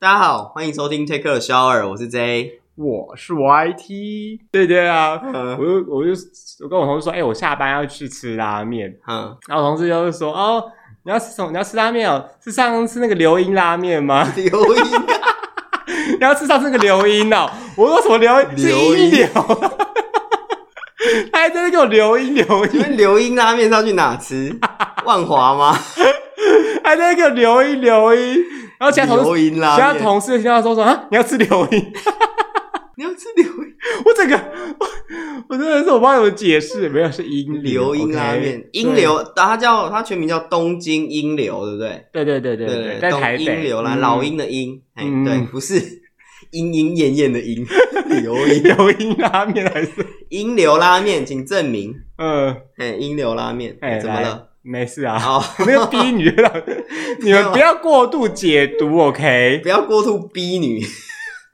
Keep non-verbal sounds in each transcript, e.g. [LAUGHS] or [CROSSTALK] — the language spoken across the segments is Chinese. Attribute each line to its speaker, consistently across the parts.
Speaker 1: 大家好，欢迎收听 Take a Shower，我是 J。
Speaker 2: 我是 YT，对对啊，
Speaker 1: 嗯
Speaker 2: 我就我就我跟我同事说，哎、我下班要去吃拉面，
Speaker 1: 嗯，
Speaker 2: 然后我同事就是说，哦，你要吃什么？你要吃拉面哦？是上次那个流音拉面吗？ [LAUGHS]
Speaker 1: 刘英，
Speaker 2: 啊你要吃上次那个流音哦？我说什么流音？是
Speaker 1: 流音
Speaker 2: 音流， [LAUGHS] 他还真的给我流音流
Speaker 1: 请
Speaker 2: 音，
Speaker 1: 问刘英拉面是要去哪吃？万华吗？
Speaker 2: [LAUGHS] 还在那给我流音流音，然后其他同
Speaker 1: 刘
Speaker 2: 事。
Speaker 1: 英拉
Speaker 2: 其他
Speaker 1: 面，
Speaker 2: 同事听到说说啊，你要吃流音，
Speaker 1: 你要吃刘英
Speaker 2: [LAUGHS] 我整个我我真的是我不知道怎么解释，没有是音
Speaker 1: 刘英拉
Speaker 2: OK
Speaker 1: 面，英流，它叫它全名叫东京英流，对不对？
Speaker 2: 对对对对对，在
Speaker 1: 东
Speaker 2: 台
Speaker 1: 英
Speaker 2: 北
Speaker 1: 流啦，
Speaker 2: 嗯
Speaker 1: 老鹰的鹰，哎，
Speaker 2: 嗯
Speaker 1: 对，不是莺莺燕燕的 [LAUGHS] 莺，刘英
Speaker 2: 流音拉面还是
Speaker 1: 英流拉面，请证明。
Speaker 2: 嗯，
Speaker 1: 哎，英流拉面，哎，
Speaker 2: 哎
Speaker 1: 怎么了？哦
Speaker 2: 没事啊，
Speaker 1: 好，
Speaker 2: [LAUGHS] 没有逼你
Speaker 1: [LAUGHS]
Speaker 2: 就让你们不要过度解读，OK？
Speaker 1: 不要过度逼女， [LAUGHS]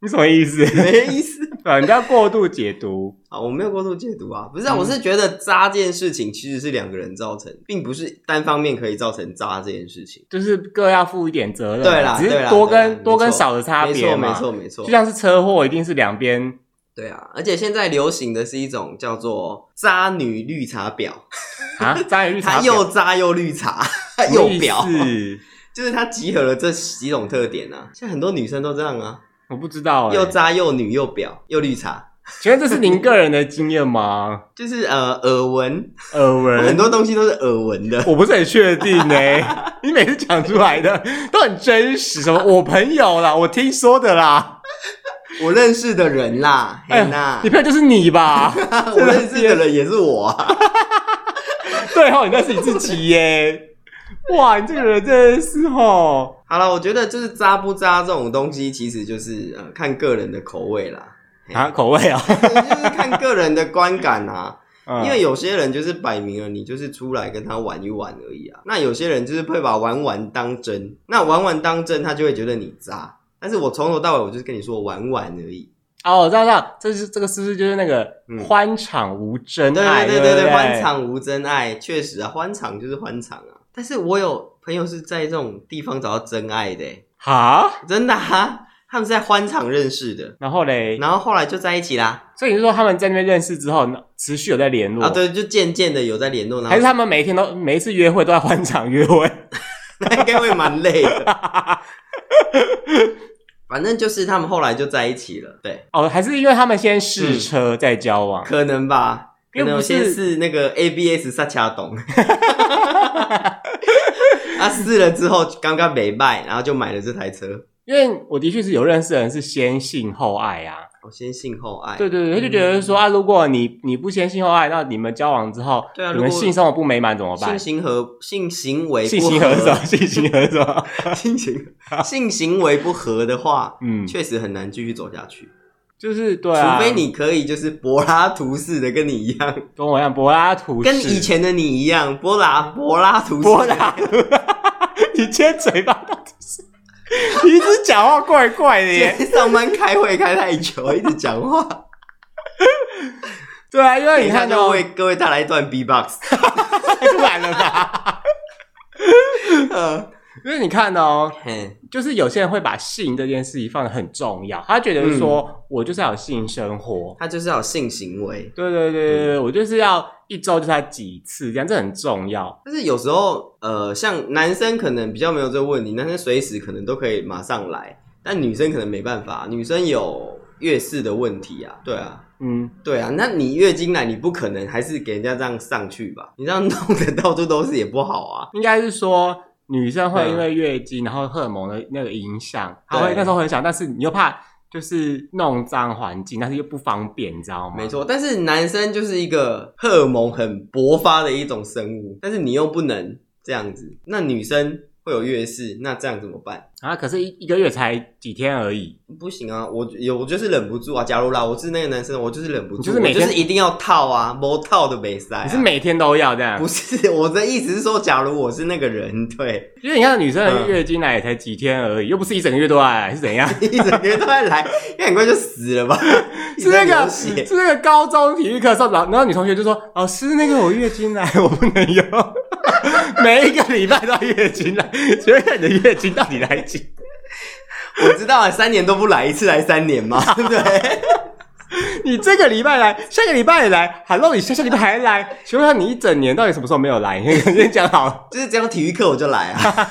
Speaker 2: 你什么意思？
Speaker 1: 没意思。
Speaker 2: 对，啊你不要过度解读，
Speaker 1: 啊，我没有过度解读啊，不是啊，
Speaker 2: 嗯
Speaker 1: 我是觉得渣这件事情其实是两个人造成，并不是单方面可以造成渣这件事情。
Speaker 2: 就是各要负一点责任，啊
Speaker 1: 对啦
Speaker 2: 只
Speaker 1: 对啦
Speaker 2: 是多
Speaker 1: 对啦
Speaker 2: 跟多
Speaker 1: 没
Speaker 2: 跟
Speaker 1: 错
Speaker 2: 少的差
Speaker 1: 没
Speaker 2: 别
Speaker 1: 错，没
Speaker 2: 嘛，
Speaker 1: 错，没错
Speaker 2: 就。像是车祸，一定是两边
Speaker 1: 对啊，而且现在流行的是一种叫做“渣女绿茶婊
Speaker 2: 啊，张宇
Speaker 1: [LAUGHS]
Speaker 2: 绿”，茶
Speaker 1: 它又渣又绿茶 [LAUGHS] 又婊， [LAUGHS]
Speaker 2: 是，
Speaker 1: 就是它集合了这几种特点啊。现在很多女生都这样啊，
Speaker 2: 我不知道哎
Speaker 1: 又，渣又女又婊又绿茶，
Speaker 2: 请问这是您个人的经验吗？
Speaker 1: 就是呃耳闻，
Speaker 2: 耳
Speaker 1: 很
Speaker 2: 闻。
Speaker 1: 多东西都是耳闻的。 [LAUGHS]
Speaker 2: 我不是很确定呢、你每次讲出来的都很真实，什么我朋友啦，我听说的啦，
Speaker 1: 我认识的人啦，
Speaker 2: 哎
Speaker 1: 嘿
Speaker 2: 呀
Speaker 1: 呐
Speaker 2: 你，朋友就是你吧？
Speaker 1: [LAUGHS]
Speaker 2: [LAUGHS]
Speaker 1: 我认识的人也是我啊。
Speaker 2: 对哦，你那是你自己耶、哇，你这个人真的是哦，
Speaker 1: 好了，我觉得就是渣不渣这种东西，其实就是呃看个人的口味啦， [LAUGHS]
Speaker 2: 啊口味啊、
Speaker 1: 就是看个人的观感啊。
Speaker 2: 嗯
Speaker 1: 因为有些人就是摆明了，你就是出来跟他玩一玩而已啊。那有些人就是会把玩玩当真，那玩玩当真，他就会觉得你渣。但是我从头到尾我就是跟你说玩玩而已，
Speaker 2: 哦，我知道，知道，这是这个是不是就是那个
Speaker 1: 嗯
Speaker 2: 欢场无真
Speaker 1: 对
Speaker 2: 爱？
Speaker 1: 对对
Speaker 2: 对
Speaker 1: 对
Speaker 2: 不
Speaker 1: 对，欢，场无真爱，确实啊，欢场就是欢场啊。但是我有朋友是在这种地方找到真爱的欸、
Speaker 2: 哈，
Speaker 1: 真的啊，他们是在欢场认识的，
Speaker 2: 然后嘞，
Speaker 1: 然后后来就在一起啦。
Speaker 2: 所以你是说他们在那边认识之后，持续有在联络
Speaker 1: 啊，，对，就渐渐的有在联络，然
Speaker 2: 还是
Speaker 1: 后
Speaker 2: 他们每一天都每一次约会都在欢场约会？ [LAUGHS]
Speaker 1: 那 [LAUGHS] 应该会蛮累的。反正就是他们后来就在一起了，对，
Speaker 2: 哦，还是因为他们先试车再交往？
Speaker 1: 可能吧，可
Speaker 2: 又
Speaker 1: 能
Speaker 2: 不
Speaker 1: 我
Speaker 2: 是
Speaker 1: 先试那个 ABS 萨卡懂， [LAUGHS] 啊，试了之后刚刚没卖，然后就买了这台车。
Speaker 2: 因为我的确是有认识的人是先性后爱啊，
Speaker 1: 我哦先信后爱，
Speaker 2: 对对对，他就觉得
Speaker 1: 嗯
Speaker 2: 说、啊，如果你你不先性后爱，那你们交往之后，
Speaker 1: 对啊
Speaker 2: 你
Speaker 1: 如
Speaker 2: 们
Speaker 1: 果
Speaker 2: 性生活不美满怎么办
Speaker 1: 性？行和性行为
Speaker 2: 性
Speaker 1: 不
Speaker 2: 行合手，性行合
Speaker 1: [LAUGHS]
Speaker 2: 手，
Speaker 1: 性行性行为不合的话，
Speaker 2: 嗯，
Speaker 1: 确实很难继续走下去，
Speaker 2: 就是对啊，
Speaker 1: 除非你可以就是柏拉图式的跟你一样。
Speaker 2: 跟我一样柏拉图式，
Speaker 1: 跟以前的你一样，柏拉柏拉图式
Speaker 2: 柏拉图， [LAUGHS] 你今天嘴巴到底是，你一直讲话怪怪的
Speaker 1: 今 [LAUGHS]
Speaker 2: 耶，
Speaker 1: 天上班开会开太久，一直讲话，
Speaker 2: 对啊，因为
Speaker 1: 等一
Speaker 2: [LAUGHS] 你
Speaker 1: 下
Speaker 2: 看
Speaker 1: 就
Speaker 2: 到
Speaker 1: 为各位带来一段 B box。
Speaker 2: 太突然了吧？
Speaker 1: [LAUGHS] 嗯
Speaker 2: [LAUGHS] 因为你看哦，
Speaker 1: 嘿
Speaker 2: 就是有些人会把性这件事情放得很重要，他觉得说、
Speaker 1: 嗯
Speaker 2: 我就是要有性生活，
Speaker 1: 他就是要有性行为，
Speaker 2: 对对对对对，我就是要一周就是要几次，这样这很重要。
Speaker 1: 但是有时候呃，像男生可能比较没有这个问题，男生随时可能都可以马上来，但女生可能没办法，女生有月事的问题啊，对啊。
Speaker 2: 嗯，
Speaker 1: 对啊，那你月经来，你不可能还是给人家这样上去吧？你这样弄得到处都是也不好啊。
Speaker 2: 应该是说女生会因为月经，然后荷尔蒙的那个影响，她会
Speaker 1: 对
Speaker 2: 那时候很想，但是你又怕就是弄脏环境，但是又不方便，你知道吗？
Speaker 1: 没，错，但是男生就是一个荷尔蒙很勃发的一种生物，但是你又不能这样子，那女生会有月事，那这样怎么办？
Speaker 2: 啊，可是一一个月才几天而已，
Speaker 1: 不行啊，我有我就是忍不住啊。假如啦，我是那个男生，我就是忍不住，
Speaker 2: 你就是每
Speaker 1: 我就
Speaker 2: 天
Speaker 1: 是一定要套啊，不套的没塞、啊。
Speaker 2: 你是每天都要这样
Speaker 1: 不？是我的意思是说，假如我是那个人，对， [LAUGHS]
Speaker 2: 因为你看女
Speaker 1: 嗯
Speaker 2: 生的月经来也才几天而已，又不是一整个月都来，是怎样？
Speaker 1: 一整天都在来，那很快就死了吧？
Speaker 2: [LAUGHS] 是
Speaker 1: 一直在
Speaker 2: 那个
Speaker 1: 流血
Speaker 2: 是那个高中体育课上，老然后女同学就说：“老师，那个我月经来， [LAUGHS] 我不能用，每一个礼拜都要月经来，请问一下你的月经到底来几？ [LAUGHS]
Speaker 1: 我知道啊，三年都不来一次，来三年嘛， [LAUGHS] 对不对？
Speaker 2: 你这个礼拜来，下个礼拜也来，Hello，你下下礼拜还来？请问一下，你一整年到底什么时候没有来？ [LAUGHS] 你先讲好，
Speaker 1: 就是只要体育课我就来啊，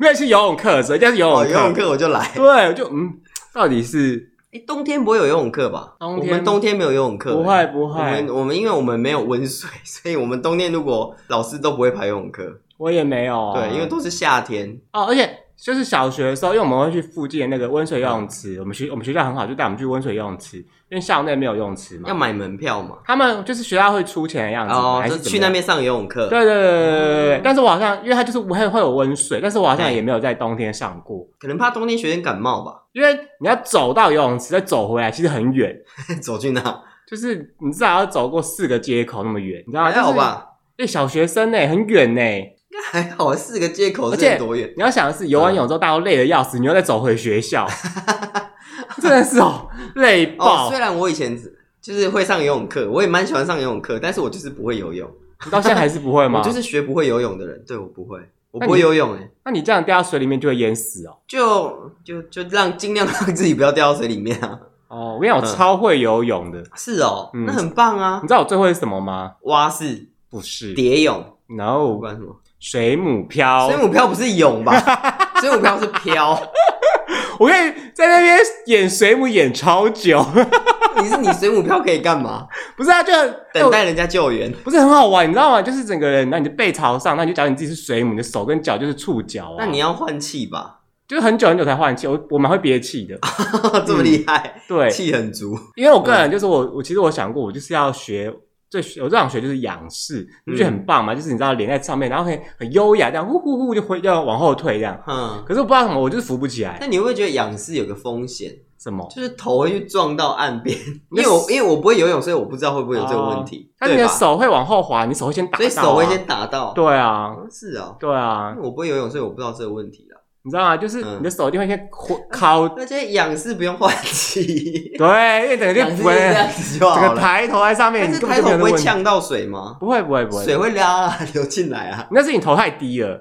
Speaker 2: 没有是游泳课，人家是游
Speaker 1: 哦，
Speaker 2: 泳
Speaker 1: 游
Speaker 2: 课。
Speaker 1: 泳课我就来。
Speaker 2: 对，我就嗯，到底是
Speaker 1: 哎，冬天不会有游泳课吧？
Speaker 2: 冬
Speaker 1: 我
Speaker 2: 天
Speaker 1: 们冬天没有游泳课，欸
Speaker 2: 不会不
Speaker 1: 我们
Speaker 2: 会，
Speaker 1: 我们因为我们没有温水， [LAUGHS] 所以我们冬天如果老师都不会排游泳课，
Speaker 2: 我也没有啊。
Speaker 1: 对，因为都是夏天。
Speaker 2: 哦，而且就是小学的时候，因为我们会去附近的那个温水游泳池，我们学我们学校很好，就带我们去温水游泳池，因为校内没有游泳池
Speaker 1: 要
Speaker 2: 嘛。
Speaker 1: 买门票嘛，
Speaker 2: 他们就是学校会出钱的样子，
Speaker 1: 哦，
Speaker 2: 嗯还
Speaker 1: 就是去
Speaker 2: 怎么
Speaker 1: 那
Speaker 2: 样。
Speaker 1: 边上游泳课。
Speaker 2: 对对对对对对对
Speaker 1: 嗯
Speaker 2: 但是我好像，因为它就是会会有温水，但是我好像
Speaker 1: 对
Speaker 2: 也没有在冬天上过，
Speaker 1: 可能怕冬天学生感冒吧， [LAUGHS]
Speaker 2: 因为你要走到游泳池再走回来，其实很远，
Speaker 1: 走去
Speaker 2: 啊
Speaker 1: 那
Speaker 2: 就是你至少要走过四个街口那么远，你知道吗？
Speaker 1: 还好
Speaker 2: 就是？
Speaker 1: 吧？ [LAUGHS]
Speaker 2: 对，小学生呢、很远呢、
Speaker 1: 还好，啊四个街口
Speaker 2: 而且
Speaker 1: 是多远？
Speaker 2: 你要想的是，游完泳之后大家都累得要死，你又再走回
Speaker 1: [LAUGHS]
Speaker 2: 学校，真的是哦，累
Speaker 1: 哦，
Speaker 2: 爆。
Speaker 1: 虽然我以前就是会上游泳课，我也蛮喜欢上游泳课，但是我就是不会游泳，
Speaker 2: 你到现在还是不会吗？
Speaker 1: 我就是学不会游泳的人。对，我不会，我
Speaker 2: 那
Speaker 1: 不会
Speaker 2: 你
Speaker 1: 游泳、欸，哎，
Speaker 2: 那你这样掉到水里面就会淹死哦。
Speaker 1: 就就就让尽量让自己不要掉到水里面啊。
Speaker 2: 哦，我跟你讲，
Speaker 1: 嗯
Speaker 2: 我超会游泳的。
Speaker 1: 是哦，
Speaker 2: 嗯
Speaker 1: 那很棒啊
Speaker 2: 你。知道我最会是什么吗？
Speaker 1: 蛙式、
Speaker 2: 不是
Speaker 1: 蝶泳，不
Speaker 2: ，no，
Speaker 1: 管什么，
Speaker 2: 水母漂
Speaker 1: 水。母漂不是泳
Speaker 2: [LAUGHS]
Speaker 1: 吧？水母漂是漂，
Speaker 2: 我可以在那边演水母演超久， [LAUGHS]
Speaker 1: 你是你水母漂可以干嘛？
Speaker 2: 不是啊，就
Speaker 1: 等待人家救援。
Speaker 2: 不是很好玩，你知道吗？就是整个人，那你的背朝上，那你就假如你自己是水母，你的手跟脚就是触角啊。
Speaker 1: 那你要换气吧， [LAUGHS]
Speaker 2: 就是很久很久才换气，我我蛮会憋气的。
Speaker 1: 这么厉害，
Speaker 2: 对，
Speaker 1: 气很足。
Speaker 2: 因为我个人就是我，我其实我想过，我就是要学最我最想学就是仰视，你不觉得很棒吗？就是你知道连在上面，然后很很优雅，这样呼呼呼就会要往后退这样。
Speaker 1: 嗯，
Speaker 2: 可是我不知道为什么，我就是扶不起来。
Speaker 1: 那你会不会觉得仰视有个风险，
Speaker 2: 什么？
Speaker 1: 就是头会去撞到岸边？因
Speaker 2: 那哦
Speaker 1: 为我因为我不会游泳，所以我不知道会不会有这个问题，
Speaker 2: 那你
Speaker 1: 对
Speaker 2: 的
Speaker 1: 吧？
Speaker 2: 手会往后滑，你手会先打到、
Speaker 1: 所以手会。先打到。
Speaker 2: 啊对啊，
Speaker 1: 哦，是哦，
Speaker 2: 对啊
Speaker 1: 因，为我不会游泳，所以我不知道这个问题啦。
Speaker 2: 你知道吗？就是
Speaker 1: 嗯
Speaker 2: 你的手一定会先靠，
Speaker 1: 而且仰视不用换气，
Speaker 2: [LAUGHS] 对，因为整个
Speaker 1: 仰
Speaker 2: 就
Speaker 1: 视
Speaker 2: 不
Speaker 1: 就
Speaker 2: 会
Speaker 1: 是，这样子就
Speaker 2: 整
Speaker 1: 好
Speaker 2: 个
Speaker 1: 了。
Speaker 2: 抬头在上面，
Speaker 1: 但
Speaker 2: 你
Speaker 1: 是
Speaker 2: 根
Speaker 1: 抬
Speaker 2: 本就没
Speaker 1: 头不
Speaker 2: 有那
Speaker 1: 会
Speaker 2: 问题。
Speaker 1: 呛到水吗？
Speaker 2: 不会不会不
Speaker 1: 水
Speaker 2: 会，
Speaker 1: 会拉啊流进来啊。
Speaker 2: 那是你头太低
Speaker 1: [LAUGHS]
Speaker 2: 了。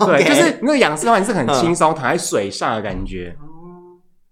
Speaker 2: 对，
Speaker 1: OK
Speaker 2: 就是那个仰视的话，你是很
Speaker 1: 嗯
Speaker 2: 轻松躺在水上的感觉。
Speaker 1: 哦，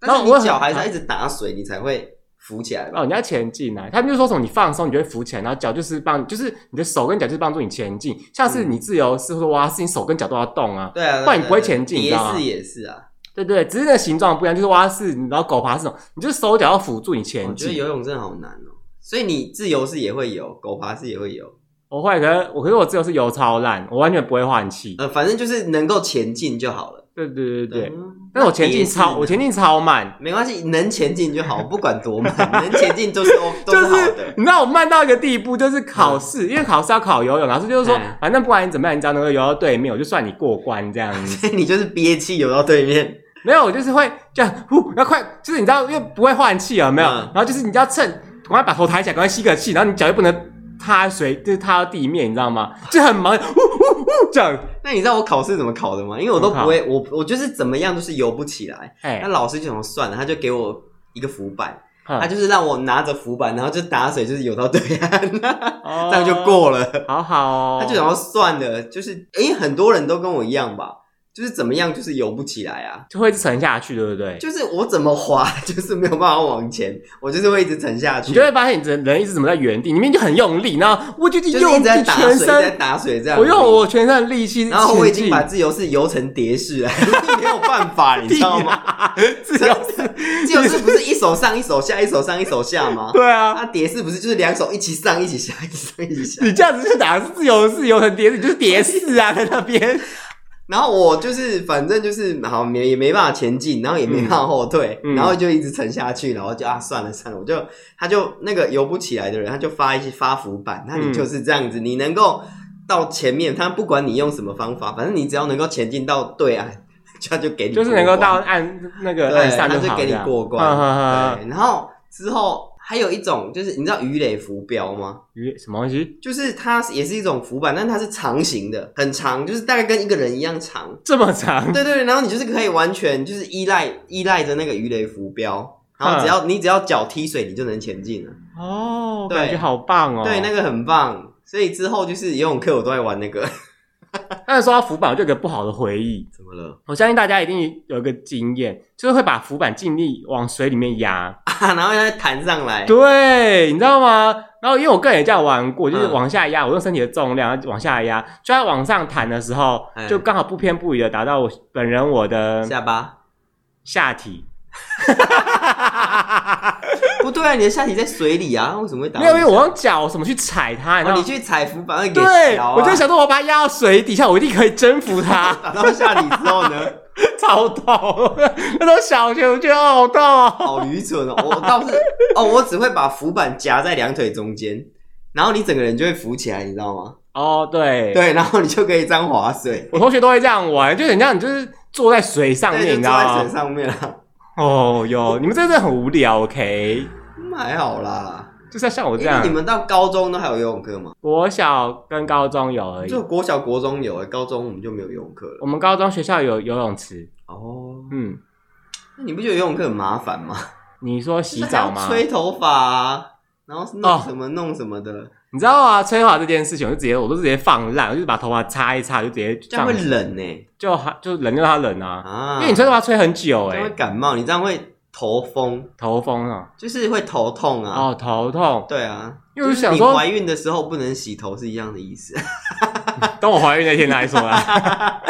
Speaker 2: 然
Speaker 1: 但
Speaker 2: 后
Speaker 1: 是
Speaker 2: 我
Speaker 1: 你
Speaker 2: 很
Speaker 1: 脚还是要一直打水，你才会浮起来吧？
Speaker 2: 哦，你要前进啊！他们就说什么你放松，你就会浮起来，然后脚就是帮，就是你的手跟脚就是帮助你前进。像是
Speaker 1: 嗯
Speaker 2: 你自由式或者蛙式，你手跟脚都要动啊。
Speaker 1: 对啊，
Speaker 2: 不然你
Speaker 1: 对啊
Speaker 2: 不会前进你知
Speaker 1: 蝶
Speaker 2: 道吗
Speaker 1: 式也是啊，
Speaker 2: 对对，只是那个形状不一样，就是蛙式，然后狗爬式那种，你就是手脚要辅助你
Speaker 1: 我
Speaker 2: 前
Speaker 1: 觉得
Speaker 2: 进。
Speaker 1: 游泳真的好难哦。所以你自由式也会游，狗爬式也会游，
Speaker 2: 我会，可是我可是我自由是游超烂，我完全不会换气。
Speaker 1: 呃，反正就是能够前进就好了。
Speaker 2: 对对对对对，
Speaker 1: 嗯
Speaker 2: 但是我前进超，我前进超慢。
Speaker 1: 没关系，能前进就好，
Speaker 2: [LAUGHS]
Speaker 1: 不管多慢，能前进都是哦都
Speaker 2: 就
Speaker 1: 都是好
Speaker 2: 是
Speaker 1: 的。
Speaker 2: 你知道我慢到一个地步，就是考试，因为考试要考游泳，老师就是说
Speaker 1: 嗯，
Speaker 2: 反正不管你怎么样，你只要能够游到对面，我就算你过关这样子。
Speaker 1: 所以你就是憋气游到对面，
Speaker 2: 没有，我就是会这样呼，然后快，就是你知道，因为不会换气啊，有没有，
Speaker 1: 嗯
Speaker 2: 然后就是你要趁赶快把头抬起来，赶快吸个气，然后你脚又不能踏水，就是踏到地面，你知道吗？就很忙，呼呼呼这样，
Speaker 1: 那你知道我考试怎么考的吗？因为我都
Speaker 2: 怎么考
Speaker 1: 不会，我我就是怎么样就是游不起来。
Speaker 2: 哎
Speaker 1: 那、老师就想说算了，他就给我一个浮板，他
Speaker 2: 嗯
Speaker 1: 就是让我拿着浮板，然后就打水，就是游到对岸，
Speaker 2: 哦
Speaker 1: 这样就，过了。
Speaker 2: 好好哦。
Speaker 1: 他就想要算了，就是因为很多人都跟我一样吧，就是怎么样就是游不起来啊，
Speaker 2: 就会一直沉下去，对不对？
Speaker 1: 就是我怎么滑 [LAUGHS] 就是没有办法往前，我就是会一直沉下去，
Speaker 2: 你就会发现你人人一直怎么在原地，里面就很用力，然后我就
Speaker 1: 就是一
Speaker 2: 用
Speaker 1: 直在
Speaker 2: 尽
Speaker 1: 打水，
Speaker 2: 全
Speaker 1: 一直在
Speaker 2: 身，
Speaker 1: 打水这样。
Speaker 2: 我用我全身的力气
Speaker 1: 然后我已
Speaker 2: 前
Speaker 1: 经
Speaker 2: 进。
Speaker 1: 把自由式游成蝶式了， [LAUGHS] 没有办法，你知道吗？
Speaker 2: [LAUGHS] 吗？
Speaker 1: [LAUGHS]
Speaker 2: 自由式，
Speaker 1: 自由式不是一手上一手下，一手上一手下吗？
Speaker 2: 对啊，
Speaker 1: 啊，蝶式不是就是两手一起上一起下，一起上一起下。
Speaker 2: 你这样子是打自由式，有很叠式，你就是叠式啊，在那
Speaker 1: [LAUGHS]
Speaker 2: 边。
Speaker 1: 然后我就是反正就是好没也没办法前进，然后也没办法后退，
Speaker 2: 嗯嗯
Speaker 1: 然后就一直沉下去，然后就啊算了算了，我就他就那个游不起来的人，他就发一些发浮板，那
Speaker 2: 嗯
Speaker 1: 你就是这样子，你能够到前面，他不管你用什么方法，反正你只要能够前进到对岸，他就给你
Speaker 2: 就是能够
Speaker 1: 过关
Speaker 2: 到岸那个岸
Speaker 1: 对，
Speaker 2: 上
Speaker 1: 他就
Speaker 2: 好，
Speaker 1: 给你
Speaker 2: 这样
Speaker 1: 过关。
Speaker 2: 嗯嗯嗯嗯
Speaker 1: 对，然后之后还有一种就是你知道鱼雷浮标吗？
Speaker 2: 鱼什么东西
Speaker 1: 就是它也是一种浮板，但它是长形的，很长，就是大概跟一个人一样长。
Speaker 2: 这么长？
Speaker 1: 对对对，然后你就是可以完全就是依赖依赖着那个鱼雷浮标，然后只要你只要脚踢水，你就能前进了。
Speaker 2: 哦，
Speaker 1: 对
Speaker 2: 感觉好棒哦。 [LAUGHS]
Speaker 1: 对，那个很棒。所以之后就是游泳课我都在玩那个，
Speaker 2: 但是说到浮板，我就有个不好的回忆。
Speaker 1: 怎么了
Speaker 2: 我相信大家一定有一个经验，就是会把浮板尽力往水里面压。
Speaker 1: [LAUGHS] 啊？然后它弹上来，
Speaker 2: 对，你知道吗？然后因为我个人也这样玩过，就是
Speaker 1: 嗯
Speaker 2: 往下压，我用身体的重量往下压，就在往上弹的时候
Speaker 1: 哎，
Speaker 2: 就刚好不偏不倚的达到我本人我的
Speaker 1: 下巴
Speaker 2: 下
Speaker 1: [LAUGHS]
Speaker 2: 体。
Speaker 1: 不对啊，你的下体在水里啊，为什么会打
Speaker 2: 没
Speaker 1: 到你？
Speaker 2: 有，因为我用脚什么去踩它，你知
Speaker 1: 哦
Speaker 2: 道
Speaker 1: 你
Speaker 2: 吗？
Speaker 1: 去踩浮板会给
Speaker 2: 对，
Speaker 1: 小啊。
Speaker 2: 我就想说，我把它压到水底下，我一定可以征服它 [LAUGHS]
Speaker 1: 打到下体之后呢，
Speaker 2: 超痛！那时候小学，我觉得好痛哦。
Speaker 1: 好愚蠢哦！我倒是哦，我只会把浮板夹在两腿中间，然后你整个人就会浮起来，你知道吗？
Speaker 2: 哦，对，
Speaker 1: 对，然后你就可以这样划水，
Speaker 2: 我同学都会这样玩，就很像你就是坐在水上面，
Speaker 1: 对，
Speaker 2: 你
Speaker 1: 就
Speaker 2: 知
Speaker 1: 坐在
Speaker 2: 道
Speaker 1: 水
Speaker 2: 吗？
Speaker 1: 上面啊啦，
Speaker 2: 哦哟，你们真的很无聊，OK？
Speaker 1: 嗯还好啦。
Speaker 2: 就是要像我这
Speaker 1: 哎
Speaker 2: 样
Speaker 1: 你，们到高中都还有游泳课吗？
Speaker 2: 国小跟高中有而已
Speaker 1: 就。国小、国中有、欸，高中我们就没有游泳课了。
Speaker 2: 我们高中学校有游泳池，
Speaker 1: 哦，
Speaker 2: 嗯，
Speaker 1: 那你不觉得游泳课很麻烦吗？
Speaker 2: 你说洗澡吗？
Speaker 1: [LAUGHS] 就是还要吹头发、啊，然后弄
Speaker 2: 哦
Speaker 1: 什么弄什么的，
Speaker 2: 你知道啊，吹头发这件事情，我就直接我都直接放烂，我就是把头发擦一擦，就直接
Speaker 1: 这样会
Speaker 2: 放
Speaker 1: 冷呢、
Speaker 2: 就还就冷就让它冷啊，
Speaker 1: 啊，
Speaker 2: 因为你吹头发吹很久
Speaker 1: 这
Speaker 2: 哎、
Speaker 1: 样会感冒，你这样会头风，
Speaker 2: 头风啊，
Speaker 1: 就是会头痛啊。
Speaker 2: 哦头痛，
Speaker 1: 对啊，
Speaker 2: 因为
Speaker 1: 就
Speaker 2: 我就是想
Speaker 1: 你
Speaker 2: 说
Speaker 1: 怀孕的时候不能洗头是一样的意思。 [LAUGHS]
Speaker 2: 等我怀孕那天再说啦。 [LAUGHS]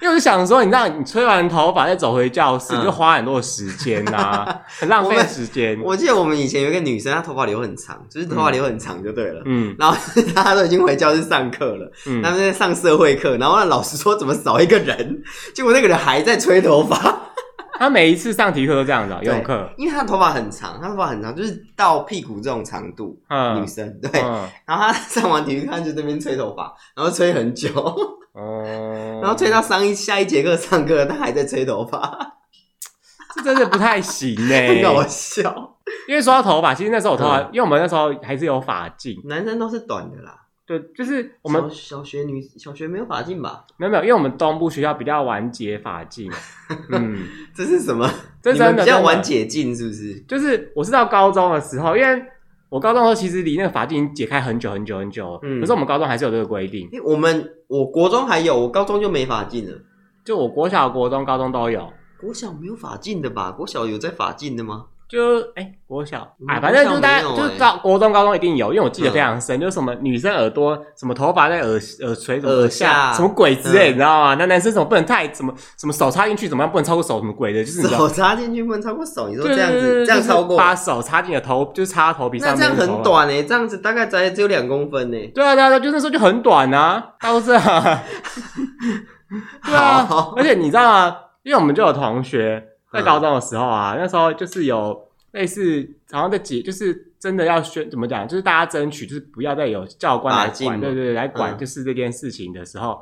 Speaker 2: 因为我就想说，你知道，你吹完头发再走回教室，
Speaker 1: 嗯
Speaker 2: 就花很多的时间呐、很浪费时间。
Speaker 1: [LAUGHS] 我记得我们以前有一个女生，她头发留很长，就是头发留很长就对了。
Speaker 2: 嗯
Speaker 1: [LAUGHS] 然后大家都已经回教室上课了，他
Speaker 2: 嗯，
Speaker 1: 们在上社会课，然后那老师说怎么少一个人，结果那个人还在吹头发。 [LAUGHS]
Speaker 2: 他每一次上体育课都这样子、哦，
Speaker 1: 对
Speaker 2: 游泳课。
Speaker 1: 因为她头发很长，她头发很长，就是到屁股这种长度，女
Speaker 2: 嗯
Speaker 1: 生对。
Speaker 2: 嗯
Speaker 1: 然后她 [LAUGHS] 上完体育课她就在那边吹头发，然后吹很久，
Speaker 2: 哦，
Speaker 1: 然后吹到上一下一节课上课，她还在吹头发，
Speaker 2: 这真的不太行呢、
Speaker 1: [LAUGHS] 很搞笑。
Speaker 2: [LAUGHS] 因为说到头发，其实那时候我头发，
Speaker 1: 嗯
Speaker 2: 因为我们那时候还是有发镜，
Speaker 1: 男生都是短的啦，
Speaker 2: 对，就是我们
Speaker 1: 小小学女小学没有发镜吧？
Speaker 2: 没有没有，因为我们东部学校比较晚解发
Speaker 1: [LAUGHS]
Speaker 2: 镜，嗯，
Speaker 1: 这是什么？
Speaker 2: 这
Speaker 1: 你
Speaker 2: 真
Speaker 1: 们
Speaker 2: 的
Speaker 1: 比较
Speaker 2: 真的
Speaker 1: 晚解禁是不是？
Speaker 2: 就是我是到高中的时候，因为我高中的时候其实离那个法镜已经解开很久很久很久了，
Speaker 1: 嗯
Speaker 2: 可是我们高中还是有这个规定，
Speaker 1: 因为我们我国中还有，我高中就没法禁了。
Speaker 2: 就我国小、国中、高中都有，
Speaker 1: 国小没有法禁的吧？国小有在法禁的吗？
Speaker 2: 就哎、国小
Speaker 1: 嗯
Speaker 2: 哎，反正就是大家、
Speaker 1: 国小没有嗯哎
Speaker 2: 就是到国中、高中一定有，因为我记得非常深，就是什么女生耳朵什么头发在耳耳垂什么
Speaker 1: 耳下
Speaker 2: 什么鬼之
Speaker 1: 嗯
Speaker 2: 类，你知道吗？那男生怎么不能太怎么什么手插进去怎么样不能超过手什么鬼的，就是你知道
Speaker 1: 手。插进去不能超过手，你说
Speaker 2: 对
Speaker 1: 这样
Speaker 2: 对对
Speaker 1: 子，
Speaker 2: 对
Speaker 1: 这样
Speaker 2: 就是
Speaker 1: 超过，
Speaker 2: 把手插进你的头，就是插到头皮
Speaker 1: 那
Speaker 2: 上
Speaker 1: 这
Speaker 2: 面
Speaker 1: 样
Speaker 2: 的头啊发。
Speaker 1: 很短呢、这样子大概才只有两公分呢、
Speaker 2: 对啊，对啊，对啊就那时候就很短啊，大家都这
Speaker 1: [LAUGHS]
Speaker 2: 样啊。对啊
Speaker 1: 好，嗯
Speaker 2: 而且你知道吗？因为我们就有同学在高中的时候啊，那时候就是有类似，好像在解，就是真的要宣怎么讲，就是大家争取，就是不要再有教官来
Speaker 1: 把禁嘛
Speaker 2: 管，对对对，来管
Speaker 1: 嗯
Speaker 2: 就是这件事情的时候，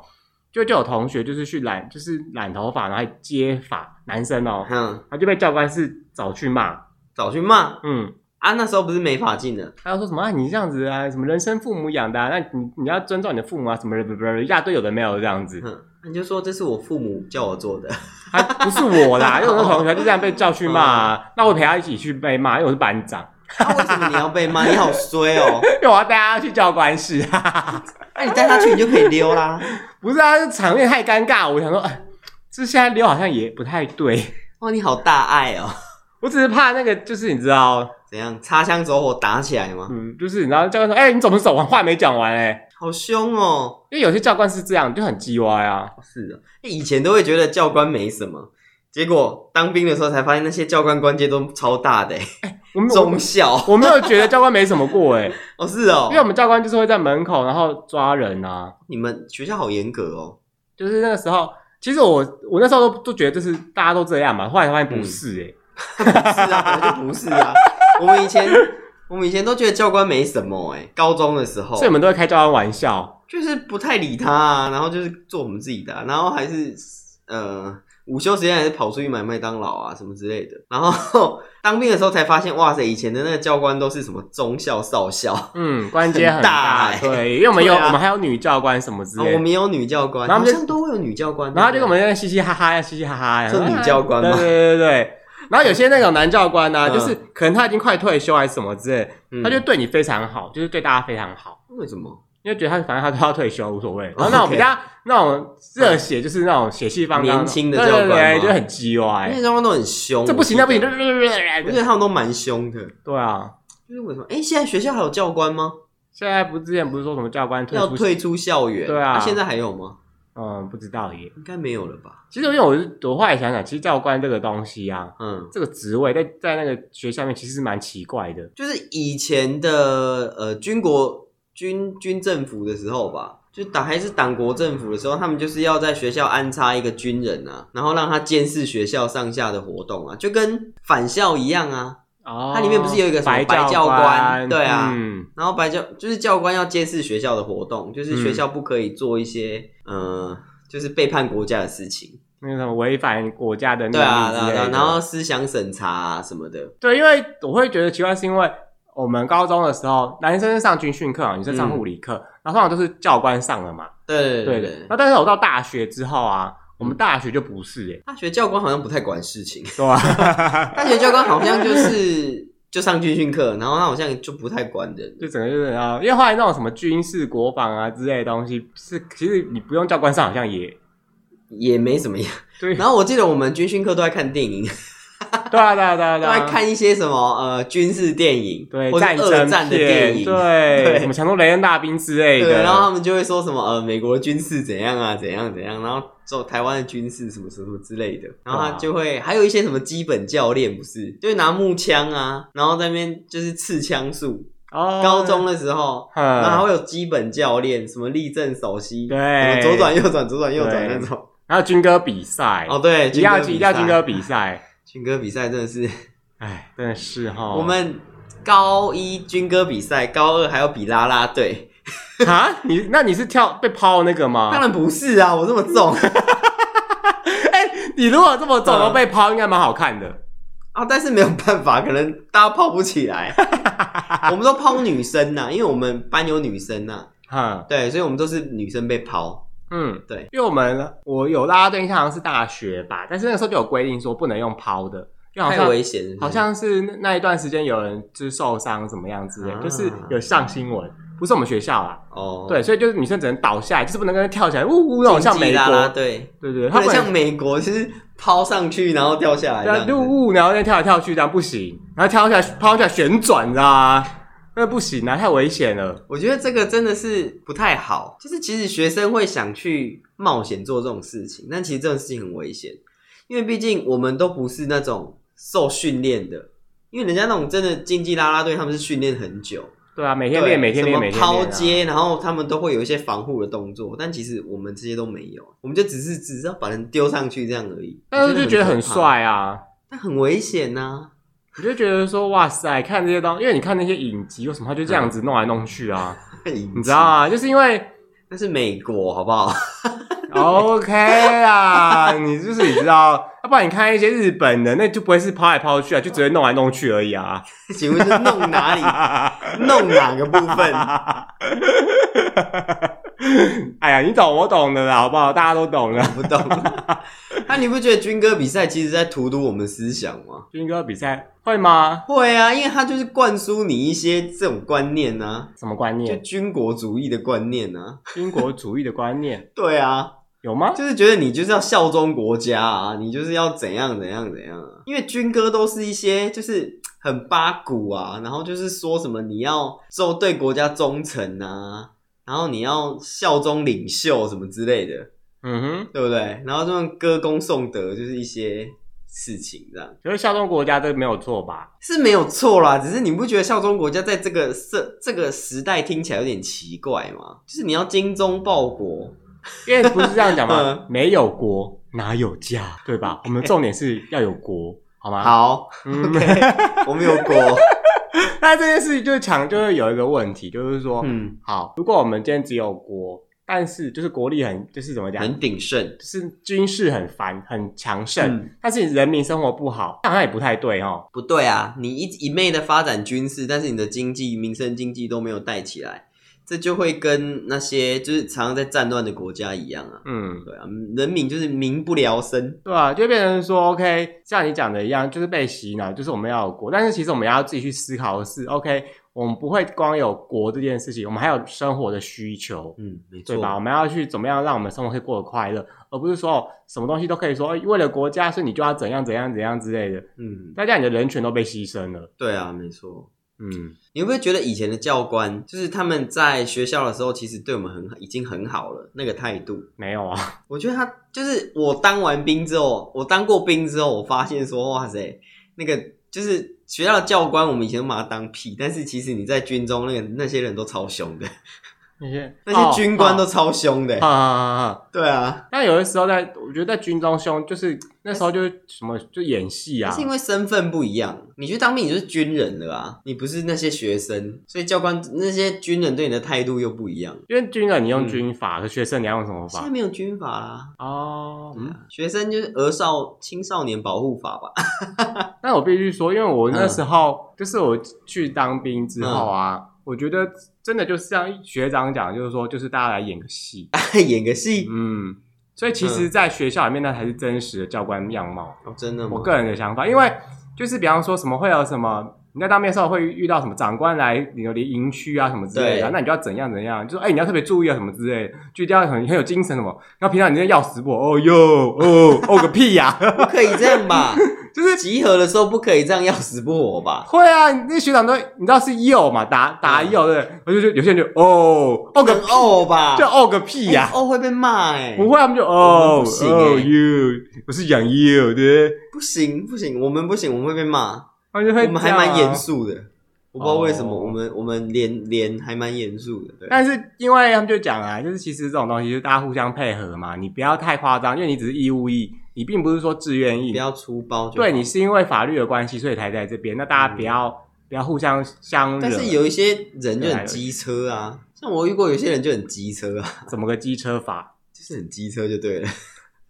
Speaker 2: 就就有同学就是去染，就是染头发，然后还接发，男生哦，
Speaker 1: 嗯，
Speaker 2: 他就被教官是找去骂，
Speaker 1: 早去骂
Speaker 2: 嗯，
Speaker 1: 啊！那时候不是没法禁的，
Speaker 2: 他就说什么啊，你这样子啊，什么人生父母养的、啊，那你你要尊重你的父母啊，什么不不不一大堆有的没有这样子，
Speaker 1: 嗯，你就说这是我父母叫我 [LAUGHS] 做的，
Speaker 2: 他不是我啦，因为我那同学就这样被叫去骂、啊，那我陪他一起去被骂，因为我是班长，
Speaker 1: 啊、为什么你要被骂？你好衰哦！
Speaker 2: 因为我要带他去教官室， [LAUGHS] 哈哈哈
Speaker 1: 那、你带他去你就可以溜啦。
Speaker 2: 不是啊，这场面太尴尬，我想说，哎这现在溜好像也不太对，
Speaker 1: 哇，你好大爱哦！
Speaker 2: 我只是怕那个就是你知道，
Speaker 1: 怎样？擦枪走火打起来吗？
Speaker 2: 嗯，就是你知道教官说，哎、你怎么走完话没讲完哎、
Speaker 1: 好凶哦！
Speaker 2: 因为有些教官是这样，就很鸡歪啊，
Speaker 1: 是的，以前都会觉得教官没什么，结果当兵的时候才发现那些教官官阶都超大的、欸，
Speaker 2: 我们
Speaker 1: [LAUGHS]
Speaker 2: 我
Speaker 1: 中校
Speaker 2: 我没有觉得教官没什么过哎、
Speaker 1: 哦，是哦
Speaker 2: 因为，我们教官就是会在门口，然后抓人啊。
Speaker 1: 你们学校好严格哦。 [LAUGHS]
Speaker 2: 就是那个时候，其实我我那时候都都觉得就是大家都这样嘛，后来发现
Speaker 1: 嗯
Speaker 2: 不是哎、
Speaker 1: 是啊，本来就不是啊。我们以前我们以前都觉得教官没什么哎、高中的时候
Speaker 2: 所以我们都会开教官玩笑。
Speaker 1: 就是不太理他啊，然后就是做我们自己的啊、然后还是呃午休时间还是跑出去买麦当劳啊什么之类的。然后 [LAUGHS] 当兵的时候才发现，哇塞，以前的那个教官都是什么中校、少校，
Speaker 2: 嗯，关节很
Speaker 1: 大欸
Speaker 2: 对，因为我们
Speaker 1: [LAUGHS]
Speaker 2: 有、
Speaker 1: 对啊
Speaker 2: 我们还有女教官什么之
Speaker 1: 然后
Speaker 2: 类的
Speaker 1: 哦我们也有女教官，
Speaker 2: 然
Speaker 1: 好
Speaker 2: 后他们就
Speaker 1: 像都会有女教官，
Speaker 2: 然后就
Speaker 1: 对
Speaker 2: 跟
Speaker 1: 不
Speaker 2: 我
Speaker 1: 对
Speaker 2: 们在那边嘻嘻哈哈，嘻嘻哈哈，
Speaker 1: 是女教官
Speaker 2: 对
Speaker 1: 吗
Speaker 2: 对对对对。然后有些那种男教官呢、
Speaker 1: 嗯
Speaker 2: 就是可能他已经快退休还是什么之类的，
Speaker 1: 嗯
Speaker 2: 他就对你非常好，就是对大家非常好。
Speaker 1: 为什么？
Speaker 2: 因为觉得他反正他都要退休，无所谓。
Speaker 1: 哦
Speaker 2: 然后那种比较那种热血，就是那种血气方刚，
Speaker 1: 嗯年轻的
Speaker 2: 对对
Speaker 1: 教官
Speaker 2: 对，
Speaker 1: 吗嗯
Speaker 2: 就很鸡
Speaker 1: 那
Speaker 2: 歪
Speaker 1: 些。教官都很凶，
Speaker 2: 哎这不行，那啊不行，
Speaker 1: 我觉得他们都蛮凶的。
Speaker 2: 对啊。
Speaker 1: 就是为什么？哎、现在学校还有教官吗？
Speaker 2: 现在不是之前不是说什么教官退
Speaker 1: 要
Speaker 2: 出？
Speaker 1: 退出校园？
Speaker 2: 对啊
Speaker 1: 现在还有吗？
Speaker 2: 嗯，不知道耶。
Speaker 1: 应该没有了吧？
Speaker 2: 其实因为我是我后来想想，其实教官这个东西啊，
Speaker 1: 嗯，
Speaker 2: 这个职位在在那个学校里面其实是蛮奇怪的。
Speaker 1: 就是以前的呃军国军军政府的时候吧。就党还是党国政府的时候，他们就是要在学校安插一个军人啊，然后让他监视学校上下的活动啊，就跟返校一样啊。
Speaker 2: 哦
Speaker 1: 它里面不是有一个什么
Speaker 2: 白
Speaker 1: 白教
Speaker 2: 教
Speaker 1: 官对啊
Speaker 2: 嗯，
Speaker 1: 然后白教就是教官要监视学校的活动，就是
Speaker 2: 嗯
Speaker 1: 学校不可以做一些、呃，就是背叛国家的事情。
Speaker 2: 那个什么违反国家的命
Speaker 1: 对啊，对
Speaker 2: 令嗯之
Speaker 1: 啊，
Speaker 2: 类
Speaker 1: 对啊
Speaker 2: 的。
Speaker 1: 然后思想审查啊什么的。
Speaker 2: 对，因为我会觉得奇怪，是因为我们高中的时候，男生是上军训课嘛，女生上护理课，然后通常都是教官上了嘛，
Speaker 1: 嗯对
Speaker 2: 对
Speaker 1: 对
Speaker 2: 的
Speaker 1: 对。。嗯
Speaker 2: 那但是我到大学之后啊，我们大学就不是哎、
Speaker 1: 啊大学教官好像不太管事情，
Speaker 2: 对吧、 [LAUGHS]
Speaker 1: 大学教官好像就是就上军训课，然后他好像就不太管人。
Speaker 2: 就整个就是啊，因为后来那种什么军事、国防啊之类的东西，是其实你不用教官上，好像也
Speaker 1: 也没怎么样。
Speaker 2: 对，
Speaker 1: 然后我记得我们军训课都在看电影，
Speaker 2: 对啊，对啊，对
Speaker 1: [LAUGHS]
Speaker 2: 啊，
Speaker 1: 都
Speaker 2: 对
Speaker 1: 在
Speaker 2: 啊，
Speaker 1: 看一些什么呃军事电影，
Speaker 2: 对
Speaker 1: 或者
Speaker 2: 战
Speaker 1: 二
Speaker 2: 争
Speaker 1: 战的
Speaker 2: 片
Speaker 1: 电影，
Speaker 2: 对
Speaker 1: 对
Speaker 2: 什么强夺雷恩大兵之类
Speaker 1: 对，
Speaker 2: 的，
Speaker 1: 然后他们就会说什么呃，美国军事怎样啊，怎样怎样，然后做台湾的军事什么什么之类的，然后他就会还有一些什么基本教练不是，就会拿木枪啊，然后在那边就是刺枪术。
Speaker 2: 哦
Speaker 1: 高中的时候，
Speaker 2: 嗯
Speaker 1: 然后还会有基本教练，什么立正、首席，
Speaker 2: 对
Speaker 1: 什么左转右转、左转右转
Speaker 2: 对
Speaker 1: 那种。
Speaker 2: 然后军歌比赛，
Speaker 1: 哦，对，
Speaker 2: 一定要
Speaker 1: 军歌
Speaker 2: 一定要军歌比赛，
Speaker 1: 军歌比赛真的是，
Speaker 2: 哎，真的是
Speaker 1: [LAUGHS]
Speaker 2: 哈，
Speaker 1: 我们高一军歌比赛，高二还要比啦啦队，
Speaker 2: 啊，你那你是跳被抛那个
Speaker 1: 当
Speaker 2: 吗？
Speaker 1: 然不是啊，我这么重。 [LAUGHS]
Speaker 2: 哎你如果这么走
Speaker 1: 嗯
Speaker 2: 都被抛，应该蛮好看的。
Speaker 1: 啊，但是没有办法，可能大家泡不起来。我们都泡女生呐、因为我们班有女生呐、
Speaker 2: 哈，
Speaker 1: 对，所以我们都是女生被泡。
Speaker 2: 嗯，
Speaker 1: 对，
Speaker 2: 因为我们我有拉拉队，印象好像是大学吧，但是那个时候就有规定说不能用抛的，因为好
Speaker 1: 太
Speaker 2: 像
Speaker 1: 危险了，
Speaker 2: 好像是那那一段时间有人就是受伤怎么样之类
Speaker 1: 啊，
Speaker 2: 就是有上新闻，不是我们学校啦，
Speaker 1: 哦，
Speaker 2: 对，所以就是女生只能倒下来，就是不能跟她跳起来，呜呜那种像美
Speaker 1: 啦啦
Speaker 2: 国，
Speaker 1: 队，
Speaker 2: 对对，对
Speaker 1: 有
Speaker 2: 她
Speaker 1: 点
Speaker 2: 不
Speaker 1: 像
Speaker 2: 能
Speaker 1: 美国，就是抛上去然后掉下来这
Speaker 2: 对啊
Speaker 1: 样子。
Speaker 2: 呜呜，然后再跳来跳去，这样不行，然后跳下来抛下来旋转，你知道吗？那不行啊，太危险了。
Speaker 1: 我觉得这个真的是不太好，就是其实学生会想去冒险做这种事情，但其实这种事情很危险，因为毕竟我们都不是那种受训练的，因为人家那种真的竞技啦啦队，他们是训练很久。
Speaker 2: 对啊，每天
Speaker 1: 对，
Speaker 2: 练，每天练，每
Speaker 1: 什
Speaker 2: 天
Speaker 1: 么抛
Speaker 2: 练啊
Speaker 1: 接，然后他们都会有一些防护的动作，但其实我们这些都没有，我们就只是只是要把人丢上去这样而已。
Speaker 2: 但是就觉得很
Speaker 1: 我可怕，
Speaker 2: 帅啊！
Speaker 1: 但很危险啊呐、
Speaker 2: 我就觉得说，哇塞，看这些东因为你看那些影集，为什么他就这样
Speaker 1: 嗯
Speaker 2: 子弄来弄去啊？ [LAUGHS]
Speaker 1: 你
Speaker 2: 你知道？啊，就是
Speaker 1: [LAUGHS]
Speaker 2: 因为
Speaker 1: 那是美国，好不好？ [LAUGHS]
Speaker 2: OK 啊，你就是你知道，要不然你看一些日本的，那就不会是抛来抛去啊，就只会弄来弄去而已啊。 [LAUGHS]
Speaker 1: 请问是弄哪里？弄哪个部分？
Speaker 2: 哎呀，你懂我懂的啦，好不好？大家都懂的。
Speaker 1: 不懂。那、你不觉得军歌比赛其实在荼毒我们思想吗？
Speaker 2: 军歌比赛会吗？
Speaker 1: 会啊，因为它就是灌输你一些这种观念呢、
Speaker 2: 什么观
Speaker 1: 啊，就
Speaker 2: 念？
Speaker 1: 军国主义的观念呢、啊。
Speaker 2: 军国主义的观
Speaker 1: [LAUGHS]
Speaker 2: 念
Speaker 1: 对啊，
Speaker 2: 有吗？
Speaker 1: 就是觉得你就是要效忠国家啊，你就是要怎样怎样怎样啊。因为军歌都是一些就是很八股啊，然后就是说什么你要做对国家忠诚啊，然后你要效忠领袖什么之类的，
Speaker 2: 嗯哼，
Speaker 1: 对不对？然后这种歌功颂德就是一些事情这样。
Speaker 2: 觉得效忠国家这个没有错吧？
Speaker 1: 是没有错啦，只是你不觉得效忠国家在这个社这个时代听起来有点奇怪吗？就是你要精忠报国，
Speaker 2: 因为不是这样
Speaker 1: [LAUGHS]
Speaker 2: 讲
Speaker 1: 嗯
Speaker 2: 吗？没有国哪有家，对吧？我们重点是要有
Speaker 1: [LAUGHS]
Speaker 2: 国，好吗？，
Speaker 1: 好，
Speaker 2: 嗯
Speaker 1: 我们有国，
Speaker 2: 那这件事情就是强，就是有一个问题，就是说，
Speaker 1: 嗯，
Speaker 2: 好，如果我们今天只有国，但是就是国力很，就是怎么讲，
Speaker 1: 很鼎盛。
Speaker 2: 就是军事很繁很强盛，
Speaker 1: 嗯，
Speaker 2: 但是人民生活不好，那好像也不太对哦。
Speaker 1: 不对啊，你一一昧的发展军事，但是你的经济、民生经济都没有带起来，这就会跟那些就是常常在战乱的国家一样啊。
Speaker 2: 嗯，
Speaker 1: 对啊，人民就是民不聊生，
Speaker 2: 对啊，就变成说，OK，像你讲的一样，就是被洗脑，就是我们要有国，但是其实我们要自己去思考的是，OK，我们不会光有国这件事情，我们还有生活的需求，
Speaker 1: 嗯，没
Speaker 2: 对
Speaker 1: 错，
Speaker 2: 吧？我们要去怎么样让我们生活可以过得快乐，而不是说哦什么东西都可以说、哎为了国家，所以你就要怎样怎样怎样之类的，
Speaker 1: 嗯，
Speaker 2: 大家你的人权都被牺牲了，
Speaker 1: 对啊，没错。
Speaker 2: 嗯，
Speaker 1: 你会不会觉得以前的教官，就是他们在学校的时候，其实对我们很好，已经很好了那个态度？
Speaker 2: 没有啊，
Speaker 1: 我觉得他就是我当完兵之后，我当过兵之后，我发现说，哇塞，那个就是学校的教官，我们以前都把他当屁，但是其实你在军中，那个那些人都超凶的，
Speaker 2: 那些
Speaker 1: 那些军官都
Speaker 2: 哦
Speaker 1: 超凶的、
Speaker 2: 哦啊啊啊啊啊
Speaker 1: 对啊，
Speaker 2: 但有的时候在，我觉得在军中凶，就是那时候就是什么就演戏啊
Speaker 1: 是，因为身份不一样，你去当兵你就是军人了啊，你不是那些学生，所以教官那些军人对你的态度又不一样。
Speaker 2: 因为军人你用
Speaker 1: 嗯
Speaker 2: 军法，可学生你要用什么
Speaker 1: 现在
Speaker 2: 法？
Speaker 1: 没有军法啦，
Speaker 2: 哦，嗯，
Speaker 1: 学生就是《儿少青少年保护法》吧？ [LAUGHS]
Speaker 2: 但我必须说，因为我那时候、就是我去当兵之后啊，我觉得真的就是像学长讲的，就是说就是大家来演个戏，
Speaker 1: 演个戏、
Speaker 2: 嗯，所以其实，在学校里面那才是真实的教官样貌。
Speaker 1: 哦，真的吗？
Speaker 2: 嗯我个人的想法，因为就是比方说什么会有什么。你在当兵的时候会遇到什么长官来你的营区啊什么之类的啊、
Speaker 1: 对
Speaker 2: 那你就要怎样怎样，就说哎、你要特别注意啊什么之类的，就一定要很很有精神什么。然后平常你在要死不活哦哟哦哦个屁呀、 [LAUGHS]
Speaker 1: 不可以这样吧？
Speaker 2: 就是
Speaker 1: 集合的时候不可以这样要死不活吧？
Speaker 2: 会啊，那学长都你知道是右嘛，打打右对不对，我就就有些人就哦哦
Speaker 1: 很
Speaker 2: 个
Speaker 1: 哦吧？
Speaker 2: 就哦个屁呀、
Speaker 1: 哦会被骂哎、
Speaker 2: 不会，他们就哦
Speaker 1: 不行欸
Speaker 2: 哦 you，我是养 you 对不对，
Speaker 1: 不行不行，我们不行，我们会被骂。
Speaker 2: 他们就会
Speaker 1: 我们还蛮
Speaker 2: 这样
Speaker 1: 严
Speaker 2: 啊。
Speaker 1: 肃的，我不知道为什么
Speaker 2: 哦
Speaker 1: 我们我们连连还蛮严肃的。对，
Speaker 2: 但是因为他们就讲啊，就是其实这种东西就是大家互相配合嘛，你不要太夸张，因为你只是义务役，你并不是说自愿
Speaker 1: 不
Speaker 2: 役。
Speaker 1: 要粗暴就好
Speaker 2: 对你是因为法律的关系，所以才在这边。那大家不要、不要互相相惹。
Speaker 1: 嗯但是有一些人就很机车啊，像我遇过有些人就很机车啊， [LAUGHS]
Speaker 2: 怎么个机车法？
Speaker 1: 就是很机车就对了。 [LAUGHS]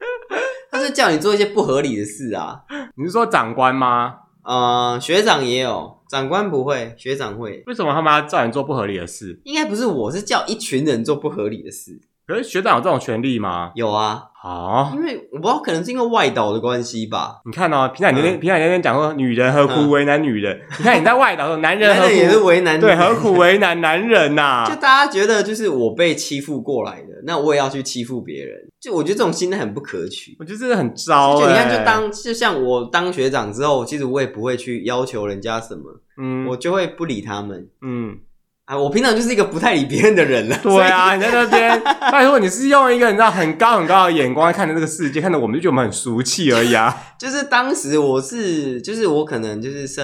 Speaker 1: 他就叫你做一些不合理的事啊，
Speaker 2: 你是说长官吗？
Speaker 1: 呃，学长也有，长官不会，学长会，
Speaker 2: 为什么他们要叫你做不合理的事？
Speaker 1: 应该不是我是叫一群人做不合理的事，
Speaker 2: 可是学长有这种权利吗？
Speaker 1: 有啊，
Speaker 2: 哦，
Speaker 1: 因为我不知道可能是因为外岛的关系吧，
Speaker 2: 你看哦，平常你那天、
Speaker 1: 嗯
Speaker 2: 平常你那天讲说女人何苦为难女人，你看你在外岛说男人
Speaker 1: [LAUGHS] 男
Speaker 2: 何苦
Speaker 1: 人也是为难你
Speaker 2: 对何苦为难男人呐、
Speaker 1: [LAUGHS] 就大家觉得就是我被欺负过来的，那我也要去欺负别人，就我觉得这种心态很不可取。
Speaker 2: 我觉得这个很糟、欸。
Speaker 1: 就你看，就当就像我当学长之后，其实我也不会去要求人家什么，
Speaker 2: 嗯
Speaker 1: 我就会不理他们
Speaker 2: 嗯，
Speaker 1: 啊。我平常就是一个不太理别人的人了。
Speaker 2: [LAUGHS] 对啊，你在那
Speaker 1: [LAUGHS]
Speaker 2: 边，拜托你是用一个你知道很高很高的眼光看着这个世界，看着我们就觉得我们很俗气而
Speaker 1: [LAUGHS]
Speaker 2: 已啊。
Speaker 1: 所以就是当时我是，就是我可能就是剩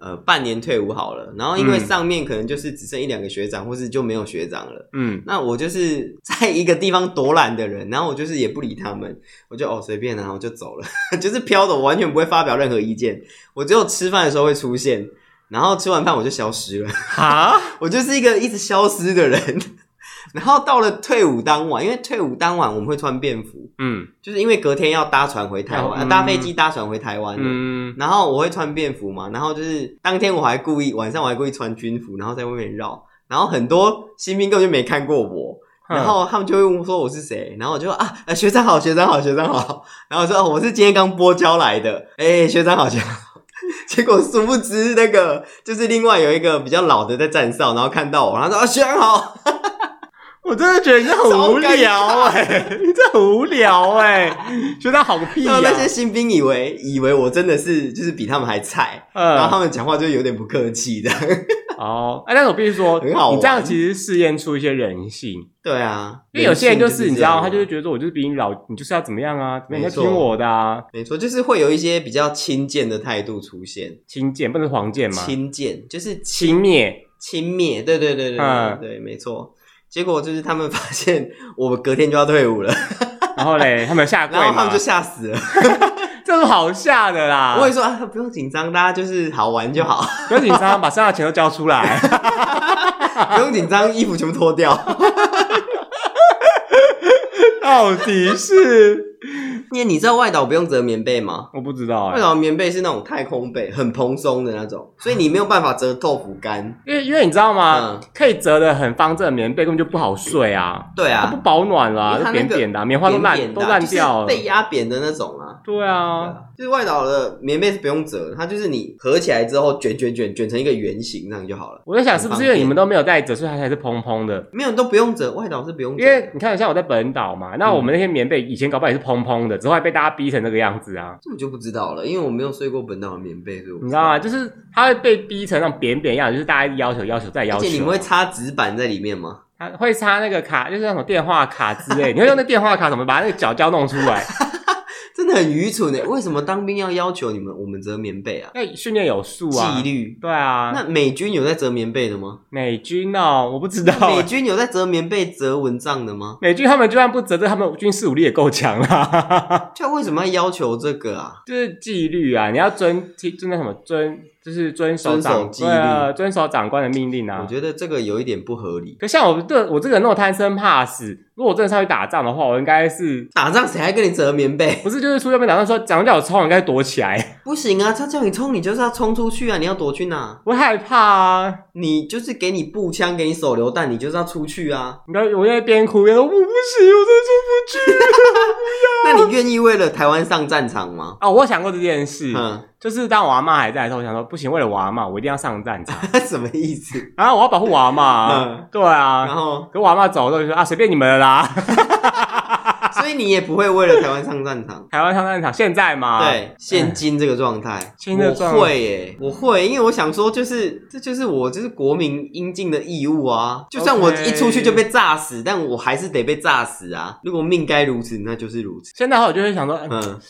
Speaker 1: 呃半年退伍好了，然后因为
Speaker 2: 嗯
Speaker 1: 上面可能就是只剩一两个学长，或是就没有学长了。
Speaker 2: 嗯，
Speaker 1: 那我就是 [LAUGHS] 在一个地方躲懒的人，然后我就是也不理他们，我就哦随便啊，我就走了， [LAUGHS] 就是飘的，我完全不会发表任何意见，我只有吃饭的时候会出现，然后吃完饭我就消失了。 [LAUGHS]
Speaker 2: 哈，
Speaker 1: 我就是一个一直消失的人。 [LAUGHS] 然后到了退伍当晚，因为退伍当晚我们会穿便服，
Speaker 2: 嗯
Speaker 1: 就是因为隔天要搭船回台湾，
Speaker 2: 嗯
Speaker 1: 呃搭飞机搭船回台湾。
Speaker 2: 嗯，
Speaker 1: 然后我会穿便服嘛，然后就是当天我还故意晚上我还故意穿军服，然后在外面绕。然后很多新兵根本就没看过我，然后他们就会问说我是谁，然后我就说啊，呃学长好，学长好，学长好。然后我说、哦、我是今天刚拨交来的，哎、学长好，学长好。 [LAUGHS] 结果殊不知那个就是另外有一个比较老的在站哨，然后看到我，然后说啊学长好，
Speaker 2: 我真的觉得你这很无聊哎、你这很无聊
Speaker 1: [LAUGHS]
Speaker 2: 哎、觉得好个屁啊
Speaker 1: 然
Speaker 2: 呀、
Speaker 1: 后那些新兵以为以为我真的是就是比他们还菜，然后
Speaker 2: 嗯
Speaker 1: 他，们讲话就有点不客气的。
Speaker 2: 哦，哎，但是我必须说，
Speaker 1: 很好玩
Speaker 2: 你这样其实试验出一些人性，
Speaker 1: [LAUGHS] 对啊，
Speaker 2: 因为有些人就
Speaker 1: 就是这
Speaker 2: 你知道，
Speaker 1: 样啊
Speaker 2: 他就会觉得说我就是比你老，你就是要怎么样啊，怎么样你要
Speaker 1: 没错
Speaker 2: 听我的啊，
Speaker 1: 没错，就是会有一些比较轻贱的态度出现，
Speaker 2: 轻贱不能黄贱嘛，
Speaker 1: 轻贱就是轻
Speaker 2: 轻蔑，
Speaker 1: 轻蔑，对对对对对、
Speaker 2: 嗯
Speaker 1: 对，没错。结果就是他们发现我隔天就要退伍了，
Speaker 2: 然后嘞，他们有下
Speaker 1: [LAUGHS]
Speaker 2: 跪
Speaker 1: 然后他
Speaker 2: 嘛
Speaker 1: 们就，吓死了。
Speaker 2: 这是好吓的啦，
Speaker 1: 我也说啊，不用紧张，大家就是好玩就好，
Speaker 2: 不要紧张，把剩下的钱都交
Speaker 1: [LAUGHS]
Speaker 2: 出来，
Speaker 1: 不用紧张，衣服全部脱掉。
Speaker 2: 到底是
Speaker 1: [LAUGHS] 因为你知道外岛不用折棉被吗？
Speaker 2: 我不知道
Speaker 1: 外
Speaker 2: 哎、
Speaker 1: 岛棉被是那种太空被，很蓬松的那种，所以你没有办法折豆腐干。
Speaker 2: 因为因为你知道吗？
Speaker 1: 嗯
Speaker 2: 可以折的很方正的棉被根本就不好睡啊，
Speaker 1: 对
Speaker 2: 它不
Speaker 1: 啊，
Speaker 2: 保暖啦、
Speaker 1: 因为它
Speaker 2: 就
Speaker 1: 那个
Speaker 2: 扁扁的啊、棉花都烂
Speaker 1: 扁扁的
Speaker 2: 都
Speaker 1: 啊
Speaker 2: 烂
Speaker 1: 就是
Speaker 2: 掉了。
Speaker 1: 被压扁的那种啊。
Speaker 2: 对
Speaker 1: 对
Speaker 2: 啊，
Speaker 1: 啊就是外岛的棉被是不用折的，它就是你合起来之后卷卷卷卷成一个圆形，这样就好了。
Speaker 2: 我在想是不是因为你们都没有带折，所以它才是蓬蓬的。
Speaker 1: 没有都不用折，外岛是不用折
Speaker 2: 因
Speaker 1: 的。
Speaker 2: 为你看，像我在本岛嘛，
Speaker 1: 嗯
Speaker 2: 那我们那些棉被以前搞不好也是蓬蓬的，只是后来被大家逼成这个样子啊，
Speaker 1: 这我就不知道了，因为我没有睡过本岛的棉被，所以我不
Speaker 2: 你知道吗？就是它会被逼成那种扁扁样，就是大家要求要求再要
Speaker 1: 而且
Speaker 2: 求。啊
Speaker 1: 你们会插纸板在里面吗？
Speaker 2: 它会插那个卡，就是那种电话卡之类，你会用那电话卡怎么把那个角胶弄出
Speaker 1: [LAUGHS]
Speaker 2: 来？
Speaker 1: 真的很愚蠢的，为什么当兵要要求你们我们折棉被啊？
Speaker 2: 那训练有素啊
Speaker 1: 纪，律。
Speaker 2: 对啊。
Speaker 1: 那美军有在折棉被的吗？
Speaker 2: 美军 [LAUGHS] 哦，我不知道欸、
Speaker 1: 美军有在折棉被、折蚊帐的吗？
Speaker 2: 美军他们就算不折这，他们军事武力也够强啦。
Speaker 1: 就为什么要要求这个啊？
Speaker 2: [LAUGHS] 就是纪律啊，你要遵听遵那什么遵，就是遵守
Speaker 1: 遵守
Speaker 2: 长
Speaker 1: 纪律
Speaker 2: 对啊，遵守长官的命令啊。
Speaker 1: 我觉得这个有一点不合理。
Speaker 2: 可像我这我这个人那么贪生怕死，如果我真的上去打仗的话，我应该是
Speaker 1: 打仗谁还跟你折棉被？
Speaker 2: 不是就是出去被打仗说长脚冲，我应该躲起来， [LAUGHS]
Speaker 1: 不行啊！他叫你冲，你就是要冲出去啊！你要躲去哪？
Speaker 2: 我害怕啊。
Speaker 1: 你就是给你步枪，给你手榴弹，你就是要出去啊！
Speaker 2: 你知道我在边哭边说我不行，我真的出不去
Speaker 1: 那你愿意为了台湾上战场吗？
Speaker 2: 啊、我想过这件事，
Speaker 1: 嗯，
Speaker 2: 就是当我阿妈还在的时候，我想说不行，为了我阿妈，我一定要上战场
Speaker 1: 什么意思？
Speaker 2: 啊，我要保护我阿妈啊、
Speaker 1: 嗯
Speaker 2: [LAUGHS] 对啊，
Speaker 1: 然后，
Speaker 2: 可我阿妈走了之后就说啊，随便你们了啦。 [LAUGHS]
Speaker 1: 所以你也不会为了台湾上战
Speaker 2: [LAUGHS]
Speaker 1: 场。
Speaker 2: 台湾上战场现在嘛，，
Speaker 1: 对，现今这个状态，
Speaker 2: 啊哎现在状态
Speaker 1: 我会耶、我会，因为我想说，就是这就是我就是国民应尽的义务啊。就算我
Speaker 2: OK
Speaker 1: 一出去就被炸死，但我还是得被炸死啊。如果命该如此，那就是如此。
Speaker 2: 现在的话我就会想说，嗯
Speaker 1: 嗯，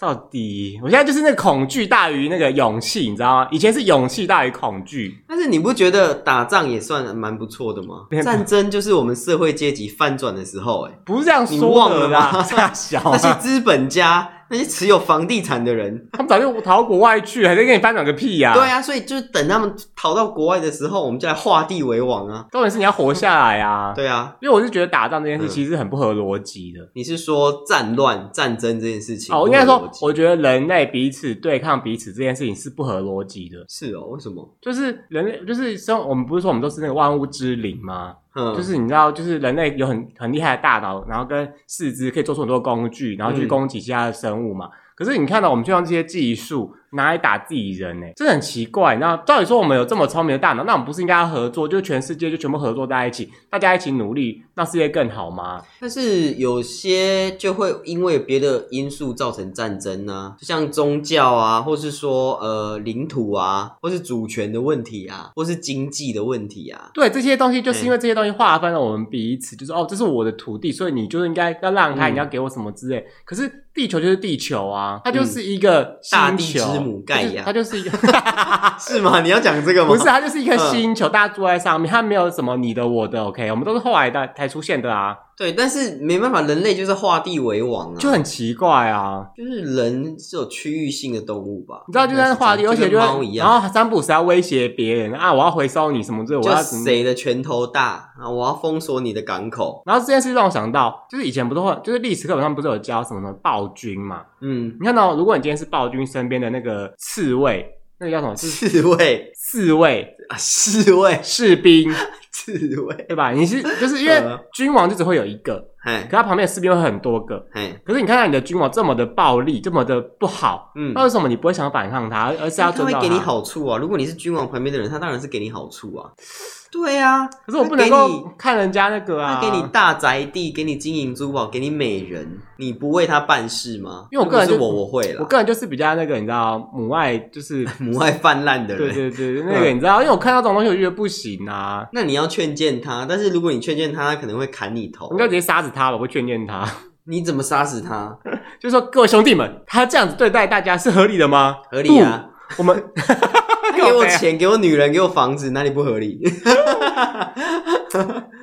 Speaker 2: 到底我现在就是那个恐惧大于那个勇气，你知道吗？以前是勇气大于恐惧，
Speaker 1: 但是你不觉得打仗也算蛮不错的吗
Speaker 2: 没？有
Speaker 1: 战争就是我们社会阶级翻转的时候、欸，
Speaker 2: 不是这样
Speaker 1: 你
Speaker 2: 说
Speaker 1: 忘
Speaker 2: 的
Speaker 1: 了
Speaker 2: 啦，
Speaker 1: 吗
Speaker 2: [LAUGHS] 大小、
Speaker 1: 那些
Speaker 2: 啊，
Speaker 1: 资本家， [LAUGHS] 那些持有房地产的人，
Speaker 2: 他们早就逃国外去，还在跟你翻转个屁呀、
Speaker 1: 对，啊，所以就是等他们逃到国外的时候，我们就来画地为王啊。
Speaker 2: 重点是你要活下来啊。
Speaker 1: 对啊，
Speaker 2: 因为我是觉得打仗这件事
Speaker 1: 嗯
Speaker 2: 其实很不合逻辑的。
Speaker 1: 你是说战乱、战争这件事情？
Speaker 2: 哦，应该
Speaker 1: 不合
Speaker 2: 说
Speaker 1: 逻，辑
Speaker 2: 我觉得人类彼此对抗彼此这件事情是不合逻辑的。
Speaker 1: 是哦，为什么？
Speaker 2: 就是人类，就是生，我们不是说我们都是那个万物之灵吗？
Speaker 1: 嗯，
Speaker 2: 就是你知道，就是人类有很很厉害的大脑，然后跟四肢可以做出很多工具，然后去
Speaker 1: 嗯
Speaker 2: 攻击其他的生物嘛。可是你看到我们就用这些技术拿来打自己人呢、这很奇怪。那照理说我们有这么聪明的大脑，那我们不是应该要合作，就全世界就全部合作在一起，大家一起努力，让世界更好吗？
Speaker 1: 但是有些就会因为别的因素造成战争啊，就像宗教啊，或是说呃领土啊，或是主权的问题啊，或是经济的问题啊。
Speaker 2: 对，这些东西就是因为这些东西划分了我们彼此，就是哦，这是我的土地，所以你就应该要让开，
Speaker 1: 嗯
Speaker 2: 你要给我什么之类。可是地球就是地球啊，它就是一个
Speaker 1: 嗯
Speaker 2: 星
Speaker 1: 大地
Speaker 2: 球
Speaker 1: 之母盖亚
Speaker 2: 它就是它就是一
Speaker 1: [LAUGHS]
Speaker 2: 个。 [LAUGHS]
Speaker 1: 是吗？你要讲这个吗？
Speaker 2: 不是，啊它就是一
Speaker 1: 嗯
Speaker 2: 颗星球，大家住在上面，它没有什么你的我的，OK，我们都是后来的才出现的啊，
Speaker 1: 对，但是没办法，人类就是画地为王啊，
Speaker 2: 就很奇怪啊。
Speaker 1: 就是人是有区域性的动物吧？
Speaker 2: 你知道，就在画地，而
Speaker 1: 嗯
Speaker 2: 且
Speaker 1: 就
Speaker 2: 就
Speaker 1: 跟猫一
Speaker 2: 会，
Speaker 1: 样，
Speaker 2: 然后三不五时要威胁别人啊，我要回收你什么之类，我
Speaker 1: 就
Speaker 2: 要怎么。
Speaker 1: 谁的拳头大啊？我要封锁你的港口。
Speaker 2: 然后这件事让我想到，就是以前不是会，就是历史课本上不是有教什么什么暴君嘛？
Speaker 1: 嗯，
Speaker 2: 你看到、如果你今天是暴君身边的那个刺猬，那个叫什么？是
Speaker 1: 刺猬
Speaker 2: 刺猬
Speaker 1: 啊，刺猬，
Speaker 2: 士兵，
Speaker 1: 刺猬，
Speaker 2: 对吧？你是就是因为
Speaker 1: [LAUGHS] 嗯
Speaker 2: 君王就只会有一个，
Speaker 1: 嘿
Speaker 2: 可，他旁边的士兵会很多个。
Speaker 1: 嘿，
Speaker 2: 可是你看到你的君王这么的暴力，这么的不好，
Speaker 1: 嗯
Speaker 2: 那，为什么你不会想反抗他，而哦是要
Speaker 1: 他
Speaker 2: 尊
Speaker 1: 会
Speaker 2: 重
Speaker 1: 给你？好处啊。如果你是君王旁边的人，他当然是给你好处啊。对啊，
Speaker 2: 可是我不能够看人家那个
Speaker 1: 他
Speaker 2: 啊，
Speaker 1: 给你，他给你大宅地，给你金银珠宝，给你美人，你不为他办事吗？
Speaker 2: 因为我个人
Speaker 1: 如
Speaker 2: 就
Speaker 1: 果是我，我会
Speaker 2: 我
Speaker 1: 了。
Speaker 2: 个人就是比较那个，你知道，母爱
Speaker 1: [LAUGHS]
Speaker 2: 就是，
Speaker 1: 母爱泛滥的
Speaker 2: 对
Speaker 1: 人，
Speaker 2: 对对，那
Speaker 1: 嗯
Speaker 2: 个你知道，因为我看到这种东西，我就觉得不行啊，
Speaker 1: 那你要劝谏他，但是如果你劝谏他，他可能会砍你头
Speaker 2: 我应。该直接杀死他吧，我会劝谏他，
Speaker 1: 你怎么杀死他？
Speaker 2: 就是说各位兄弟们，他这样子对待大家是合理的吗？
Speaker 1: 合理啊。[LAUGHS]
Speaker 2: 不，我们啊
Speaker 1: 他给我钱，给我女人，给我房子，哪里不合理？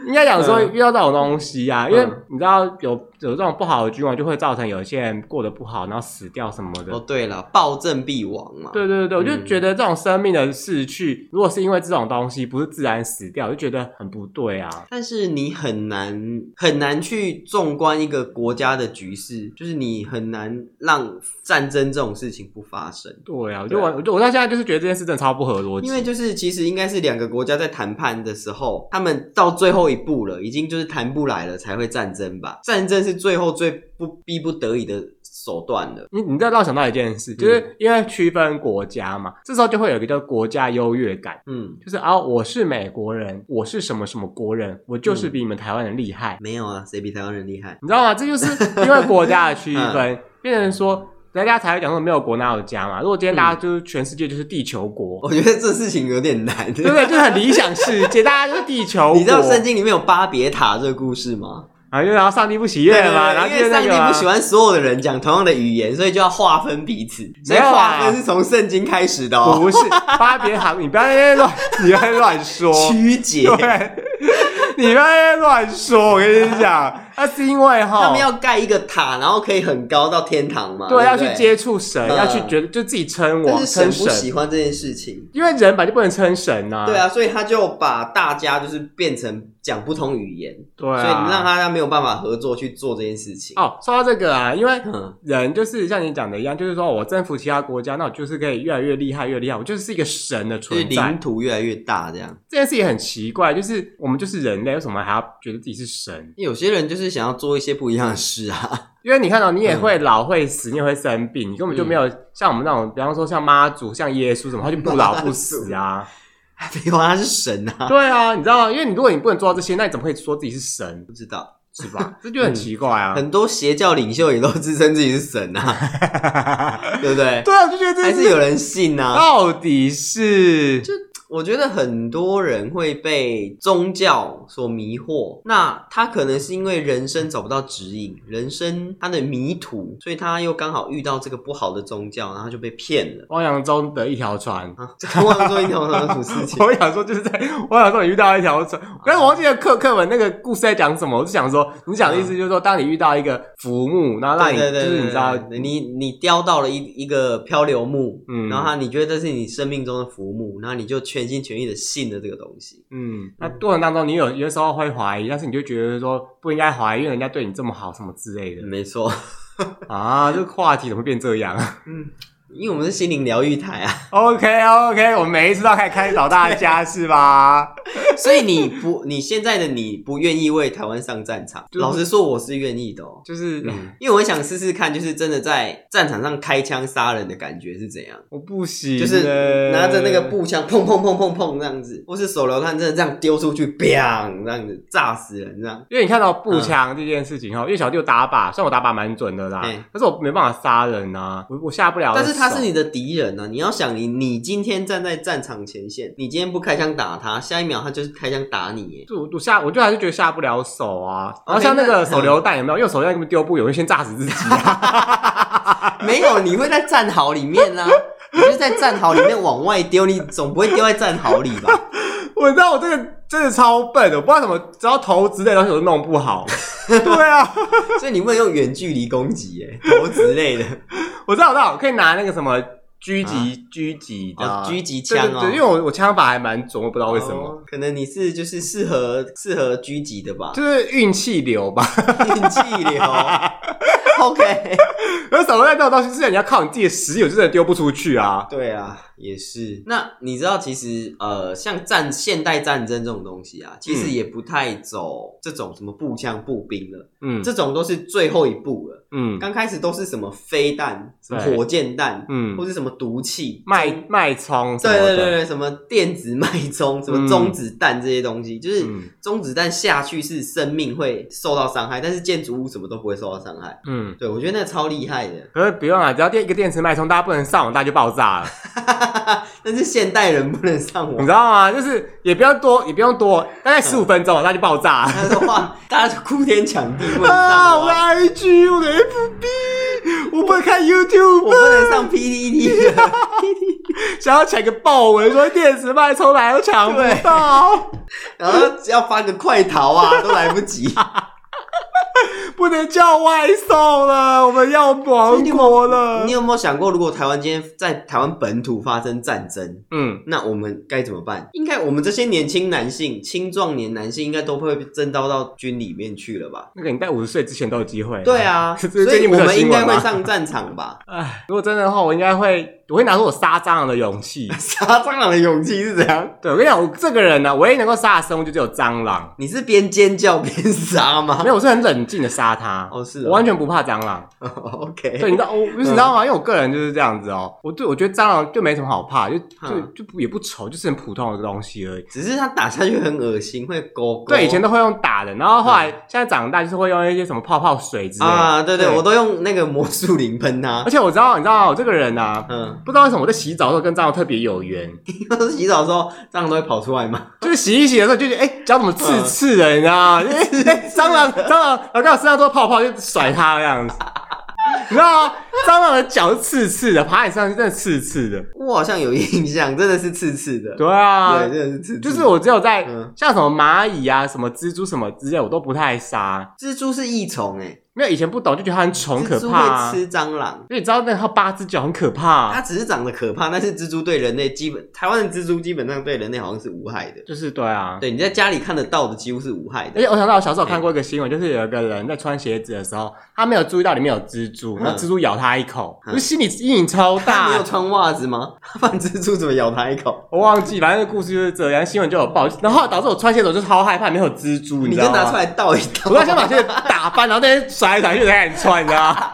Speaker 2: 应该讲说
Speaker 1: 嗯
Speaker 2: 遇到这种东西啊，因为
Speaker 1: 嗯
Speaker 2: 你知道有有这种不好的军网，就会造成有一些人过得不好，然后死掉什么的。
Speaker 1: 哦，对了，暴政必亡嘛。
Speaker 2: 对对对，我就
Speaker 1: 嗯
Speaker 2: 觉得这种生命的逝去，如果是因为这种东西不是自然死掉，我就觉得很不对啊。
Speaker 1: 但是你很难很难去纵观一个国家的局势，就是你很难让战争这种事情不发生。
Speaker 2: 对啊，我就
Speaker 1: 对啊
Speaker 2: 我我就我到现在就是觉得这件事真的超不合逻辑。
Speaker 1: 因为就是其实应该是两个国家在谈判的时候，他们到最后一步了，已经就是谈不来了才会战争吧？战争是最后最不逼不得已的手段了。
Speaker 2: 你你知道让我想到一件事，就是
Speaker 1: 嗯
Speaker 2: 因为区分国家嘛，这时候就会有一个叫国家优越感，
Speaker 1: 嗯，
Speaker 2: 就是啊，我是美国人，我是什么什么国人，我
Speaker 1: 嗯
Speaker 2: 就是比你们台湾人厉害，
Speaker 1: 没有啊，谁比台湾人厉害？ [LAUGHS]
Speaker 2: 你知道吗？这就是因为国家的区
Speaker 1: 嗯
Speaker 2: 分，变成说。人家才会讲说没有国哪有家嘛。如果今天大
Speaker 1: 嗯
Speaker 2: 家就是全世界就是地球国，
Speaker 1: 我觉得这事情有点难。
Speaker 2: 对不对？就是很理想世
Speaker 1: [LAUGHS]
Speaker 2: 界，大家就是地球国。
Speaker 1: 你知道圣经里面有巴别塔这个故事吗？
Speaker 2: 啊，因为然后上帝不喜悦嘛，然后
Speaker 1: 因为
Speaker 2: 就
Speaker 1: 上
Speaker 2: 那
Speaker 1: 帝
Speaker 2: 个啊嘛
Speaker 1: 不喜欢所有的人讲同样的语言，所以就要划分彼此。所以
Speaker 2: 没有啊
Speaker 1: 划分是从圣经开始的哦，
Speaker 2: 不是巴别塔，你不要在那边乱，你不要在那边
Speaker 1: [LAUGHS]
Speaker 2: 乱说，
Speaker 1: 曲解。
Speaker 2: 对，啊 [LAUGHS] 你不要在那边乱说，我跟你讲，那是因为哈，
Speaker 1: 他们要盖一个塔，然后可以很高到天堂嘛？
Speaker 2: 对
Speaker 1: 对，
Speaker 2: 要去。接触神，
Speaker 1: 嗯
Speaker 2: 要去觉得就自己称
Speaker 1: 但
Speaker 2: 王
Speaker 1: 是
Speaker 2: 称
Speaker 1: 神不
Speaker 2: 神，
Speaker 1: 喜欢这件事情。
Speaker 2: 因为人本来就不能称神呐、
Speaker 1: 对，啊，所以他就把大家就是变成讲不同语言，
Speaker 2: 对啊，
Speaker 1: 所以让大家没有办法合作去做这件事情。
Speaker 2: 哦，说到这个啊，因为
Speaker 1: 嗯，
Speaker 2: 人就是像你讲的一样，就是说我征服其他国家，那我就是可以越来越厉害，越厉害，我就是一个神的
Speaker 1: 就是
Speaker 2: 存在
Speaker 1: 领。土越来越大这样。
Speaker 2: 这件事也很奇怪，就是我们就是人类，为什么还要觉得自己是神？
Speaker 1: 有些人就是想要做一些不一样的事啊。 [LAUGHS]
Speaker 2: 因为你看到、你也会老、会死，你也会生病，你根本就没有像我们那种，比方说像妈祖、像耶稣什么，他就不老不死啊。
Speaker 1: 废话，他是神 [LAUGHS] 啊，
Speaker 2: 对啊，你知道吗？因为你如果你不能做到这些，那你怎么会说自己是神，
Speaker 1: 不知道。嗯
Speaker 2: 是吧？ [LAUGHS] 这就很奇怪啊。
Speaker 1: 很多邪教领袖也都自称自己是神啊，
Speaker 2: [LAUGHS]
Speaker 1: 对不对？
Speaker 2: 对啊，我就觉得
Speaker 1: 还
Speaker 2: 这
Speaker 1: 是有人信啊。
Speaker 2: 到底是
Speaker 1: 我觉得很多人会被宗教所迷惑，那他可能是因为人生找不到指引，人生他的迷途，所以他又刚好遇到这个不好的宗教，然后就被骗了
Speaker 2: 汪洋中的一条船。
Speaker 1: 啊！ [LAUGHS] 这跟忘了做一条什么事
Speaker 2: [LAUGHS]
Speaker 1: 情？
Speaker 2: 我想说，就是在我想说，你遇到一条船，但是我忘记了课课文那个故事在讲什么。我是想说，你讲的意思就是说，当你遇到一个浮木，然后让
Speaker 1: 对
Speaker 2: 你
Speaker 1: 对
Speaker 2: 就
Speaker 1: 对
Speaker 2: 是
Speaker 1: 对，
Speaker 2: 你知道，
Speaker 1: 对你你雕到了一一个漂流木，
Speaker 2: 嗯
Speaker 1: 然后他你觉得这是你生命中的浮木，然后你就全心全意的信了这个东西。
Speaker 2: 嗯，那过程当中你有有时候会怀疑，但是你就觉得说不应该怀疑，因为人家对你这么好什么之类的
Speaker 1: 没错，
Speaker 2: 啊。这个话题怎么会变这样
Speaker 1: 嗯，因为我们是心灵疗愈台啊。
Speaker 2: ？OK OK，我们每一次都开开始找
Speaker 1: [LAUGHS]
Speaker 2: 大家是吧？
Speaker 1: 所以你不，你现在的你不愿意为台湾上战场。
Speaker 2: 就是
Speaker 1: 老实说，我是愿意的哦，
Speaker 2: 就是、
Speaker 1: 嗯因为我想试试看，就是真的在战场上开枪杀人的感觉是怎样。
Speaker 2: 我不行，
Speaker 1: 就是拿着那个，步枪砰砰砰砰砰这样子，或是手榴弹真的这样丢出去，砰这样子炸死人这样。
Speaker 2: 因为你看到步枪这件事情哦哈，因为小弟有打靶，虽然我打靶蛮准的啦，
Speaker 1: 嗯
Speaker 2: 但是我没办法杀人啊，我我下不了手。
Speaker 1: 但是他是你的敌人啊！你要想你，你今天站在战场前线，你今天不开枪打他，下一秒他就是开枪打你耶。
Speaker 2: [LAUGHS] 就我我下，我就还是觉得下不了手啊。然后
Speaker 1: OK，
Speaker 2: 像那个
Speaker 1: 哦那
Speaker 2: 手榴弹有没有？用手榴弹根本丢不远，会先炸死自己
Speaker 1: [LAUGHS]
Speaker 2: 啊。
Speaker 1: 没有，你会在战壕里面啊，你就是在战壕里面往外丢，你总不会丢在战壕里吧？
Speaker 2: 我知道我这个真的超笨的，我不知道怎么，只要投掷类东西我都弄
Speaker 1: [LAUGHS]
Speaker 2: 不好。对啊，
Speaker 1: 所以你不能用远距离攻击，耶，投掷
Speaker 2: [LAUGHS]
Speaker 1: 类的，
Speaker 2: 我知道，我知道，我可以拿那个什么狙击、狙击的、
Speaker 1: 啊
Speaker 2: 啊
Speaker 1: 哦狙击枪哦
Speaker 2: 对对对，因为我我枪法还蛮准，我不知道为什么，
Speaker 1: 哦？可能你是就是适合适合狙击的吧，
Speaker 2: 就是运气流吧。
Speaker 1: [LAUGHS]
Speaker 2: [LAUGHS]
Speaker 1: 运气流。OK，
Speaker 2: 而手榴弹这种东西，是你要靠你自己的实力，我就真的丢不出去啊。
Speaker 1: 对啊，也是。那你知道，其实呃，像战现代战争这种东西啊，其实
Speaker 2: 嗯
Speaker 1: 也不太走这种什么步枪步兵了，
Speaker 2: 嗯
Speaker 1: 这种都是最后一步了。
Speaker 2: 嗯
Speaker 1: 刚开始都是什么飞弹、什么
Speaker 2: 对
Speaker 1: 火箭弹，
Speaker 2: 嗯
Speaker 1: 或，是什么毒气、
Speaker 2: 脉脉冲什么
Speaker 1: 对对
Speaker 2: 的，
Speaker 1: 对对，什么电子脉冲、什么中子弹这些东西，就是
Speaker 2: 嗯
Speaker 1: 中子弹下去是生命会受到伤害，但是建筑物什么都不会受到伤害。
Speaker 2: 嗯。
Speaker 1: 对，我觉得那超厉害的， [LAUGHS]
Speaker 2: 可是不用啊，只要电一个电池脉冲，大家不能上网，大家就爆炸了，
Speaker 1: 但是现代人不能上
Speaker 2: 你
Speaker 1: 网
Speaker 2: 知，道吗？就是也不要多，也不用多，大概十五分钟，大家就爆炸了。
Speaker 1: 他的话大家就哭天抢地不能
Speaker 2: [LAUGHS] 啊！
Speaker 1: 上
Speaker 2: 我
Speaker 1: 网，
Speaker 2: 的 IG，我的 FB，我不能看
Speaker 1: 我
Speaker 2: YouTube。
Speaker 1: 不能上 PDD，
Speaker 2: 想要抢个豹纹，说电池脉冲来都抢不
Speaker 1: 对
Speaker 2: 到，
Speaker 1: [LAUGHS] 然后只要发个快逃啊，都来不
Speaker 2: [LAUGHS]
Speaker 1: 及。
Speaker 2: 不能叫外送了，我们要亡
Speaker 1: 你有没
Speaker 2: 国
Speaker 1: 有
Speaker 2: 了
Speaker 1: 你。有没有想过，如果台湾今天在台湾本土发生战争，
Speaker 2: 嗯，
Speaker 1: 那我们该怎么办？应该我们这些年轻男性、青壮年男性，应该都会被征召到军里面去了吧？
Speaker 2: 那个你在五十岁之前都有机会。
Speaker 1: 对，啊，
Speaker 2: [LAUGHS] 这
Speaker 1: 所
Speaker 2: 最
Speaker 1: 以
Speaker 2: 近不
Speaker 1: 我
Speaker 2: 是有
Speaker 1: 们应
Speaker 2: 新
Speaker 1: 该
Speaker 2: 闻吗
Speaker 1: 会上战场
Speaker 2: [LAUGHS]
Speaker 1: 吧？
Speaker 2: 哎，如果真的的话，我应该会，我会拿出我杀蟑螂的勇气。
Speaker 1: 杀蟑螂的勇气是怎样？
Speaker 2: 对我跟你讲，我这个人呢、唯一能够杀的生物就只有蟑螂。
Speaker 1: 你是边尖叫边杀吗
Speaker 2: [LAUGHS] 没有，我是很冷静的杀它。
Speaker 1: 哦是哦嗯
Speaker 2: 我完全不怕蟑螂。
Speaker 1: [LAUGHS] ？OK，
Speaker 2: 对，你知道，我哦你知道吗？因为我个人就是这样子哦。我对我觉得蟑螂就没什么好怕，就就
Speaker 1: 嗯哦
Speaker 2: 就不也不丑，就是很普通的东西而已。
Speaker 1: 只是它打下去很恶心，会勾勾。
Speaker 2: 对，以前都会用打的，然后后来现在长大就是会用一些什么泡泡水之类的。
Speaker 1: 啊，对对，
Speaker 2: 对
Speaker 1: 我都用那个魔术灵喷它
Speaker 2: [LAUGHS] 而。且我知道，你知道我这个人啊，
Speaker 1: 嗯，
Speaker 2: 不知道为什么我在洗澡的时候跟蟑螂特别有缘，
Speaker 1: 因为洗澡的时候蟑螂都会跑出来嘛。
Speaker 2: 就是洗一洗的时候就觉得哎脚怎么刺刺的，你知道吗？
Speaker 1: 嗯
Speaker 2: 哎哎 [LAUGHS] 蟑螂蟑螂，然后看我身上都是泡泡，就甩它这样子。你知道吗？蟑螂的脚是刺刺的，爬你身上是真的刺刺的。
Speaker 1: 我好像有印象，真的是刺刺的。
Speaker 2: 对啊，
Speaker 1: 对，真的是刺刺。
Speaker 2: 就是我只有在、
Speaker 1: 嗯
Speaker 2: 像什么蚂蚁啊、什么蜘蛛什么之类，我都不太杀。
Speaker 1: 蜘蛛是益虫哎，
Speaker 2: 没有以前不懂，就觉得它很丑、很可
Speaker 1: 蜘蛛
Speaker 2: 怕、啊。
Speaker 1: 会吃蟑螂。
Speaker 2: 因为你知道那它八只脚很可怕啊、
Speaker 1: 它只是长得可怕，但是蜘蛛对人类基本，台湾的蜘蛛基本上对人类好像是无害的。
Speaker 2: 就是对啊。
Speaker 1: 对，你在家里看得到的几乎是无害的。
Speaker 2: 而且我想到我小时候
Speaker 1: 嗯
Speaker 2: 看过一个新闻，就是有一个人在穿鞋子的时候，他没有注意到里面有蜘蛛，
Speaker 1: 嗯
Speaker 2: 然后蜘蛛咬他一口，
Speaker 1: 嗯
Speaker 2: 我就心理阴影超
Speaker 1: 他没
Speaker 2: 大
Speaker 1: 有。穿袜子吗？ [LAUGHS] 不然蜘蛛怎么咬他一口？
Speaker 2: 我忘记，反正那个故事就是这样，新闻就有报，然后导致我穿鞋子我就超害怕，里面有蜘蛛，你
Speaker 1: 你
Speaker 2: 知
Speaker 1: 就
Speaker 2: 道吗？
Speaker 1: 拿出来倒一倒。
Speaker 2: 我要先把鞋子打翻，然后在那边甩来甩去，在那里穿，你知道吗？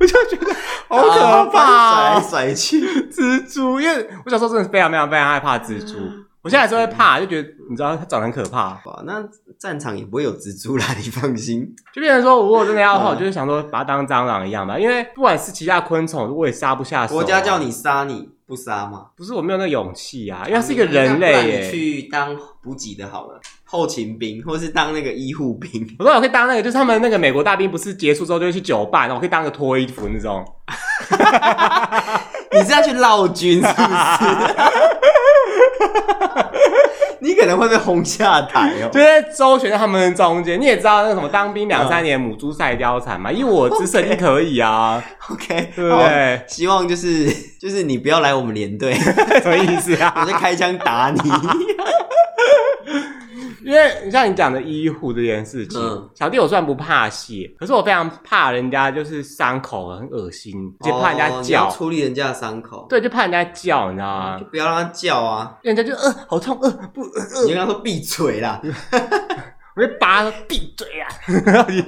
Speaker 2: 我就觉得好可怕、
Speaker 1: 啊
Speaker 2: 哦，
Speaker 1: 甩来甩去。
Speaker 2: 蜘蛛，因为我小时候真的非常非常非常害怕蜘蛛，
Speaker 1: 嗯
Speaker 2: 我现在还是会怕，就觉得你知道它长得很可怕，
Speaker 1: 哇，那战场也不会有蜘蛛啦，你放心。
Speaker 2: 就变成说，如果真的要的话，
Speaker 1: 嗯
Speaker 2: 我就是想说把它当蟑螂一样吧，因为不管是其他昆虫，我也杀不下手、啊
Speaker 1: 国家叫，你杀你不杀吗？
Speaker 2: 不是我没有那勇气啊，因为它是一个人类
Speaker 1: 那不然你
Speaker 2: 耶、
Speaker 1: 去当补给的好了，后勤兵或是当那个医护兵，
Speaker 2: 我说我可以当那个，就是他们那个美国大兵不是结束之后就会去酒吧，然后我可以当个脱衣服那种，
Speaker 1: 你是要去闹军是不
Speaker 2: [LAUGHS]
Speaker 1: 是？你可能会被轰下台哦
Speaker 2: 就。在周旋在他们中间。你也知道那个什么当兵两
Speaker 1: 嗯
Speaker 2: 三年母猪赛貂蝉嘛，以我之身一定可以啊，
Speaker 1: OK，
Speaker 2: 对不对？
Speaker 1: 希望就是就是你不要来我们连队，
Speaker 2: [LAUGHS] 什么意思
Speaker 1: 我 [LAUGHS]
Speaker 2: 啊？
Speaker 1: 就开枪打
Speaker 2: [LAUGHS]
Speaker 1: 你。
Speaker 2: 因为像你讲的医护这件事情，
Speaker 1: 嗯
Speaker 2: 小弟我虽然不怕血，可是我非常怕人家就是伤口很恶心，而且怕人
Speaker 1: 哦
Speaker 2: 家
Speaker 1: 你
Speaker 2: 叫，
Speaker 1: 要处理人家的伤口，
Speaker 2: 对，就怕人家叫，你知道吗
Speaker 1: 就？不要让他叫啊！
Speaker 2: 人家就呃好痛呃不呃呃，
Speaker 1: 你就跟他说闭嘴啦。
Speaker 2: 我就拔他闭嘴啊！ [LAUGHS] 然后就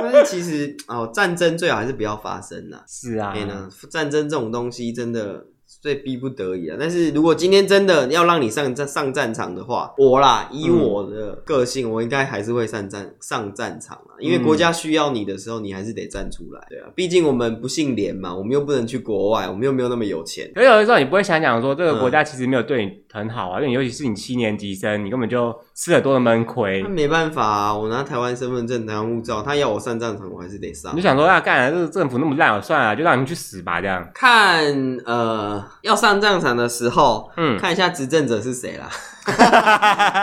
Speaker 1: 但是其实哦，战争最好还是不要发生啦。
Speaker 2: 是啊
Speaker 1: 哎，呢，战争这种东西真的最逼不得已啊。但是如果今天真的要让你上战上战场的话，我啦，以
Speaker 2: 嗯
Speaker 1: 我的个性，我应该还是会上战上战场啊，因为国家需要你的时候，你还是得站出来。对啊，毕竟我们不姓连嘛，我们又不能去国外，我们又没有那么有钱。
Speaker 2: 可是有的时候你不会想想说，这
Speaker 1: 嗯
Speaker 2: 个国家其实没有对你很好啊，因为尤其是你七年级生，你根本就吃很多的闷亏
Speaker 1: 那。没办法啊，我拿台湾身份证、台湾护照，他要我上战场，我还是得上
Speaker 2: 你就。想说，那干啊这个政府那么烂，我算了，就让你们去死吧，这
Speaker 1: [LAUGHS]
Speaker 2: 样。
Speaker 1: 看，呃，要上战场的时候，
Speaker 2: 嗯，
Speaker 1: 看一下执政者是谁
Speaker 2: [LAUGHS]
Speaker 1: 啦，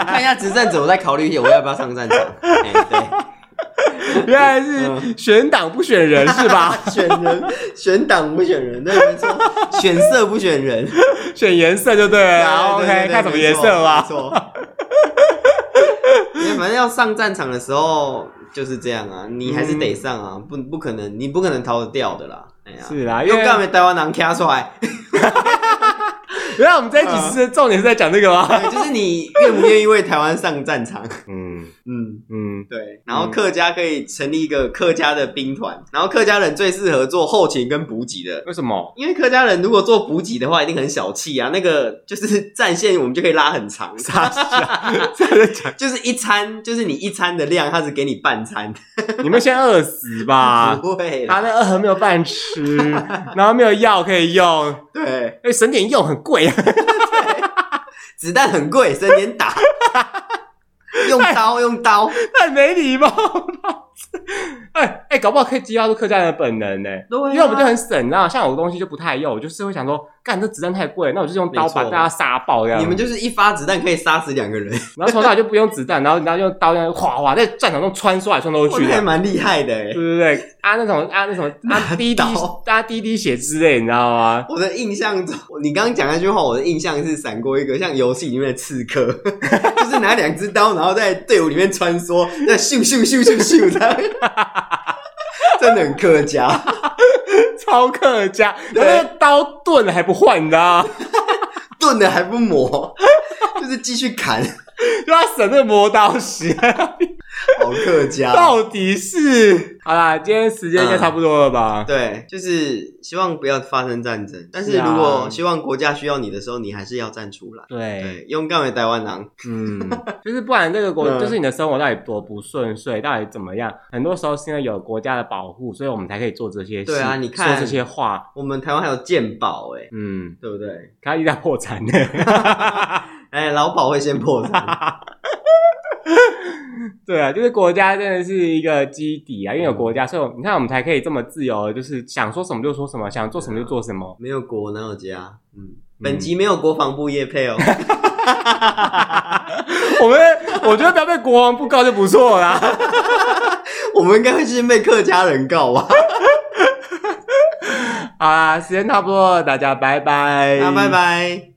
Speaker 1: 看一下执政者，我再考虑一下我要不要上战场。哎、
Speaker 2: 原来
Speaker 1: 嗯
Speaker 2: 是选党不选人是吧？ [LAUGHS]
Speaker 1: 对，选人选党不选人，对，没错，选色不选人。
Speaker 2: 选颜色就对了啊。
Speaker 1: 对对对
Speaker 2: OK，
Speaker 1: 对
Speaker 2: 看什么
Speaker 1: 没
Speaker 2: 颜
Speaker 1: 错
Speaker 2: 色吧
Speaker 1: 没。错。因为反正要上战场的时候就是这样啊，你还是得上啊，不不可能，你不可能逃得掉的啦。哎呀、
Speaker 2: 嗯是啦，因
Speaker 1: 又
Speaker 2: 为
Speaker 1: 干没台湾人卡出来， [LAUGHS]
Speaker 2: 原来我们这一
Speaker 1: 嗯
Speaker 2: 集是重点是在讲这个吗？ [LAUGHS]
Speaker 1: 对就是你愿不愿意为台湾上战场？
Speaker 2: 嗯
Speaker 1: 嗯，
Speaker 2: 嗯，
Speaker 1: 对，然后客家可以成立一个客家的兵团，然后客家人最适合做后勤跟补给的，
Speaker 2: 为什么？
Speaker 1: 因为客家人如果做补给的话，一定很小气啊。那个就是战线，我们就可以拉很长，
Speaker 2: 傻
Speaker 1: [LAUGHS]
Speaker 2: 笑，这样在讲
Speaker 1: 就是一餐，就是你一餐的量，他只给你半餐，
Speaker 2: 你们先饿
Speaker 1: [LAUGHS]
Speaker 2: 死吧。
Speaker 1: 不会
Speaker 2: 啊他
Speaker 1: 啦，
Speaker 2: 那饿很没有饭吃，然后没有药可以用，
Speaker 1: 对，
Speaker 2: 哎，省点用很贵啊。
Speaker 1: 子弹很贵，省点
Speaker 2: [LAUGHS]
Speaker 1: 打，用刀用刀，
Speaker 2: 太没礼貌了。哎、 [LAUGHS] 哎、搞不好可以激发出客家人的本能呢、
Speaker 1: 对啊
Speaker 2: 因为我们就很省，你知道吗，像我的东西就不太用，我就是会想说，干这子弹太贵，那我就用刀
Speaker 1: 没错
Speaker 2: 把大家杀爆这样。
Speaker 1: 你们就是一发子弹可以杀死两个人，
Speaker 2: 然后从小就不用子弹，然后然后用刀这样哗哗在战场中穿梭来穿梭
Speaker 1: 我
Speaker 2: 去
Speaker 1: 觉得还
Speaker 2: 的，
Speaker 1: 蛮厉害的哎
Speaker 2: 对。对对，啊那种啊那种啊
Speaker 1: 拿
Speaker 2: 滴滴
Speaker 1: 刀
Speaker 2: 啊滴滴血之类，你知道吗？
Speaker 1: [LAUGHS] 我的印象中，你刚刚讲那句话，我的印象是闪过一个像游戏里面的刺客， [LAUGHS] 就是拿两只刀，然后在队伍里面穿梭，在咻咻咻咻咻的， [LAUGHS] 真的很客家。
Speaker 2: 超客家，
Speaker 1: 对
Speaker 2: 然后那个刀钝了还不换，你知道吗？
Speaker 1: 钝的还不磨，就是继续砍，
Speaker 2: 就要省那个磨
Speaker 1: [LAUGHS]
Speaker 2: 刀石，
Speaker 1: 好客家。
Speaker 2: 到底是好啦，今天时间应该差不多了吧？
Speaker 1: 对，就是希望不要发生战争，但是
Speaker 2: 是啊
Speaker 1: 如果希望国家需要你的时候，你还是要站出来。
Speaker 2: 对，
Speaker 1: 对，勇敢的台湾人，
Speaker 2: 嗯， [LAUGHS] 就是不然这个国，
Speaker 1: 嗯
Speaker 2: 就是你的生活到底多不顺遂，到底怎么样？很多时候是因为有国家的保护，所以我们才可以做这些事，
Speaker 1: 对啊你看
Speaker 2: 说这些话，
Speaker 1: 我们台湾还有健保、哎，
Speaker 2: 嗯，
Speaker 1: 对不对？
Speaker 2: 他一直在破产呢。 [LAUGHS]
Speaker 1: 哎、劳保会先破产，
Speaker 2: 对啊，就是国家真的是一个基底啊，
Speaker 1: 嗯
Speaker 2: 因为有国家，所以我你看我们才可以这么自由，就是想说什么就说什么，想做什么就做
Speaker 1: [LAUGHS]
Speaker 2: 什么。
Speaker 1: 没有国哪有家？嗯，本集没有国防部业配哦， [LAUGHS]
Speaker 2: 我们我觉得不要被国王不告就不错啦。
Speaker 1: 我们应该会先被客家人告吧？
Speaker 2: 好啦，时间差不多了，大家拜拜，
Speaker 1: 那拜。拜。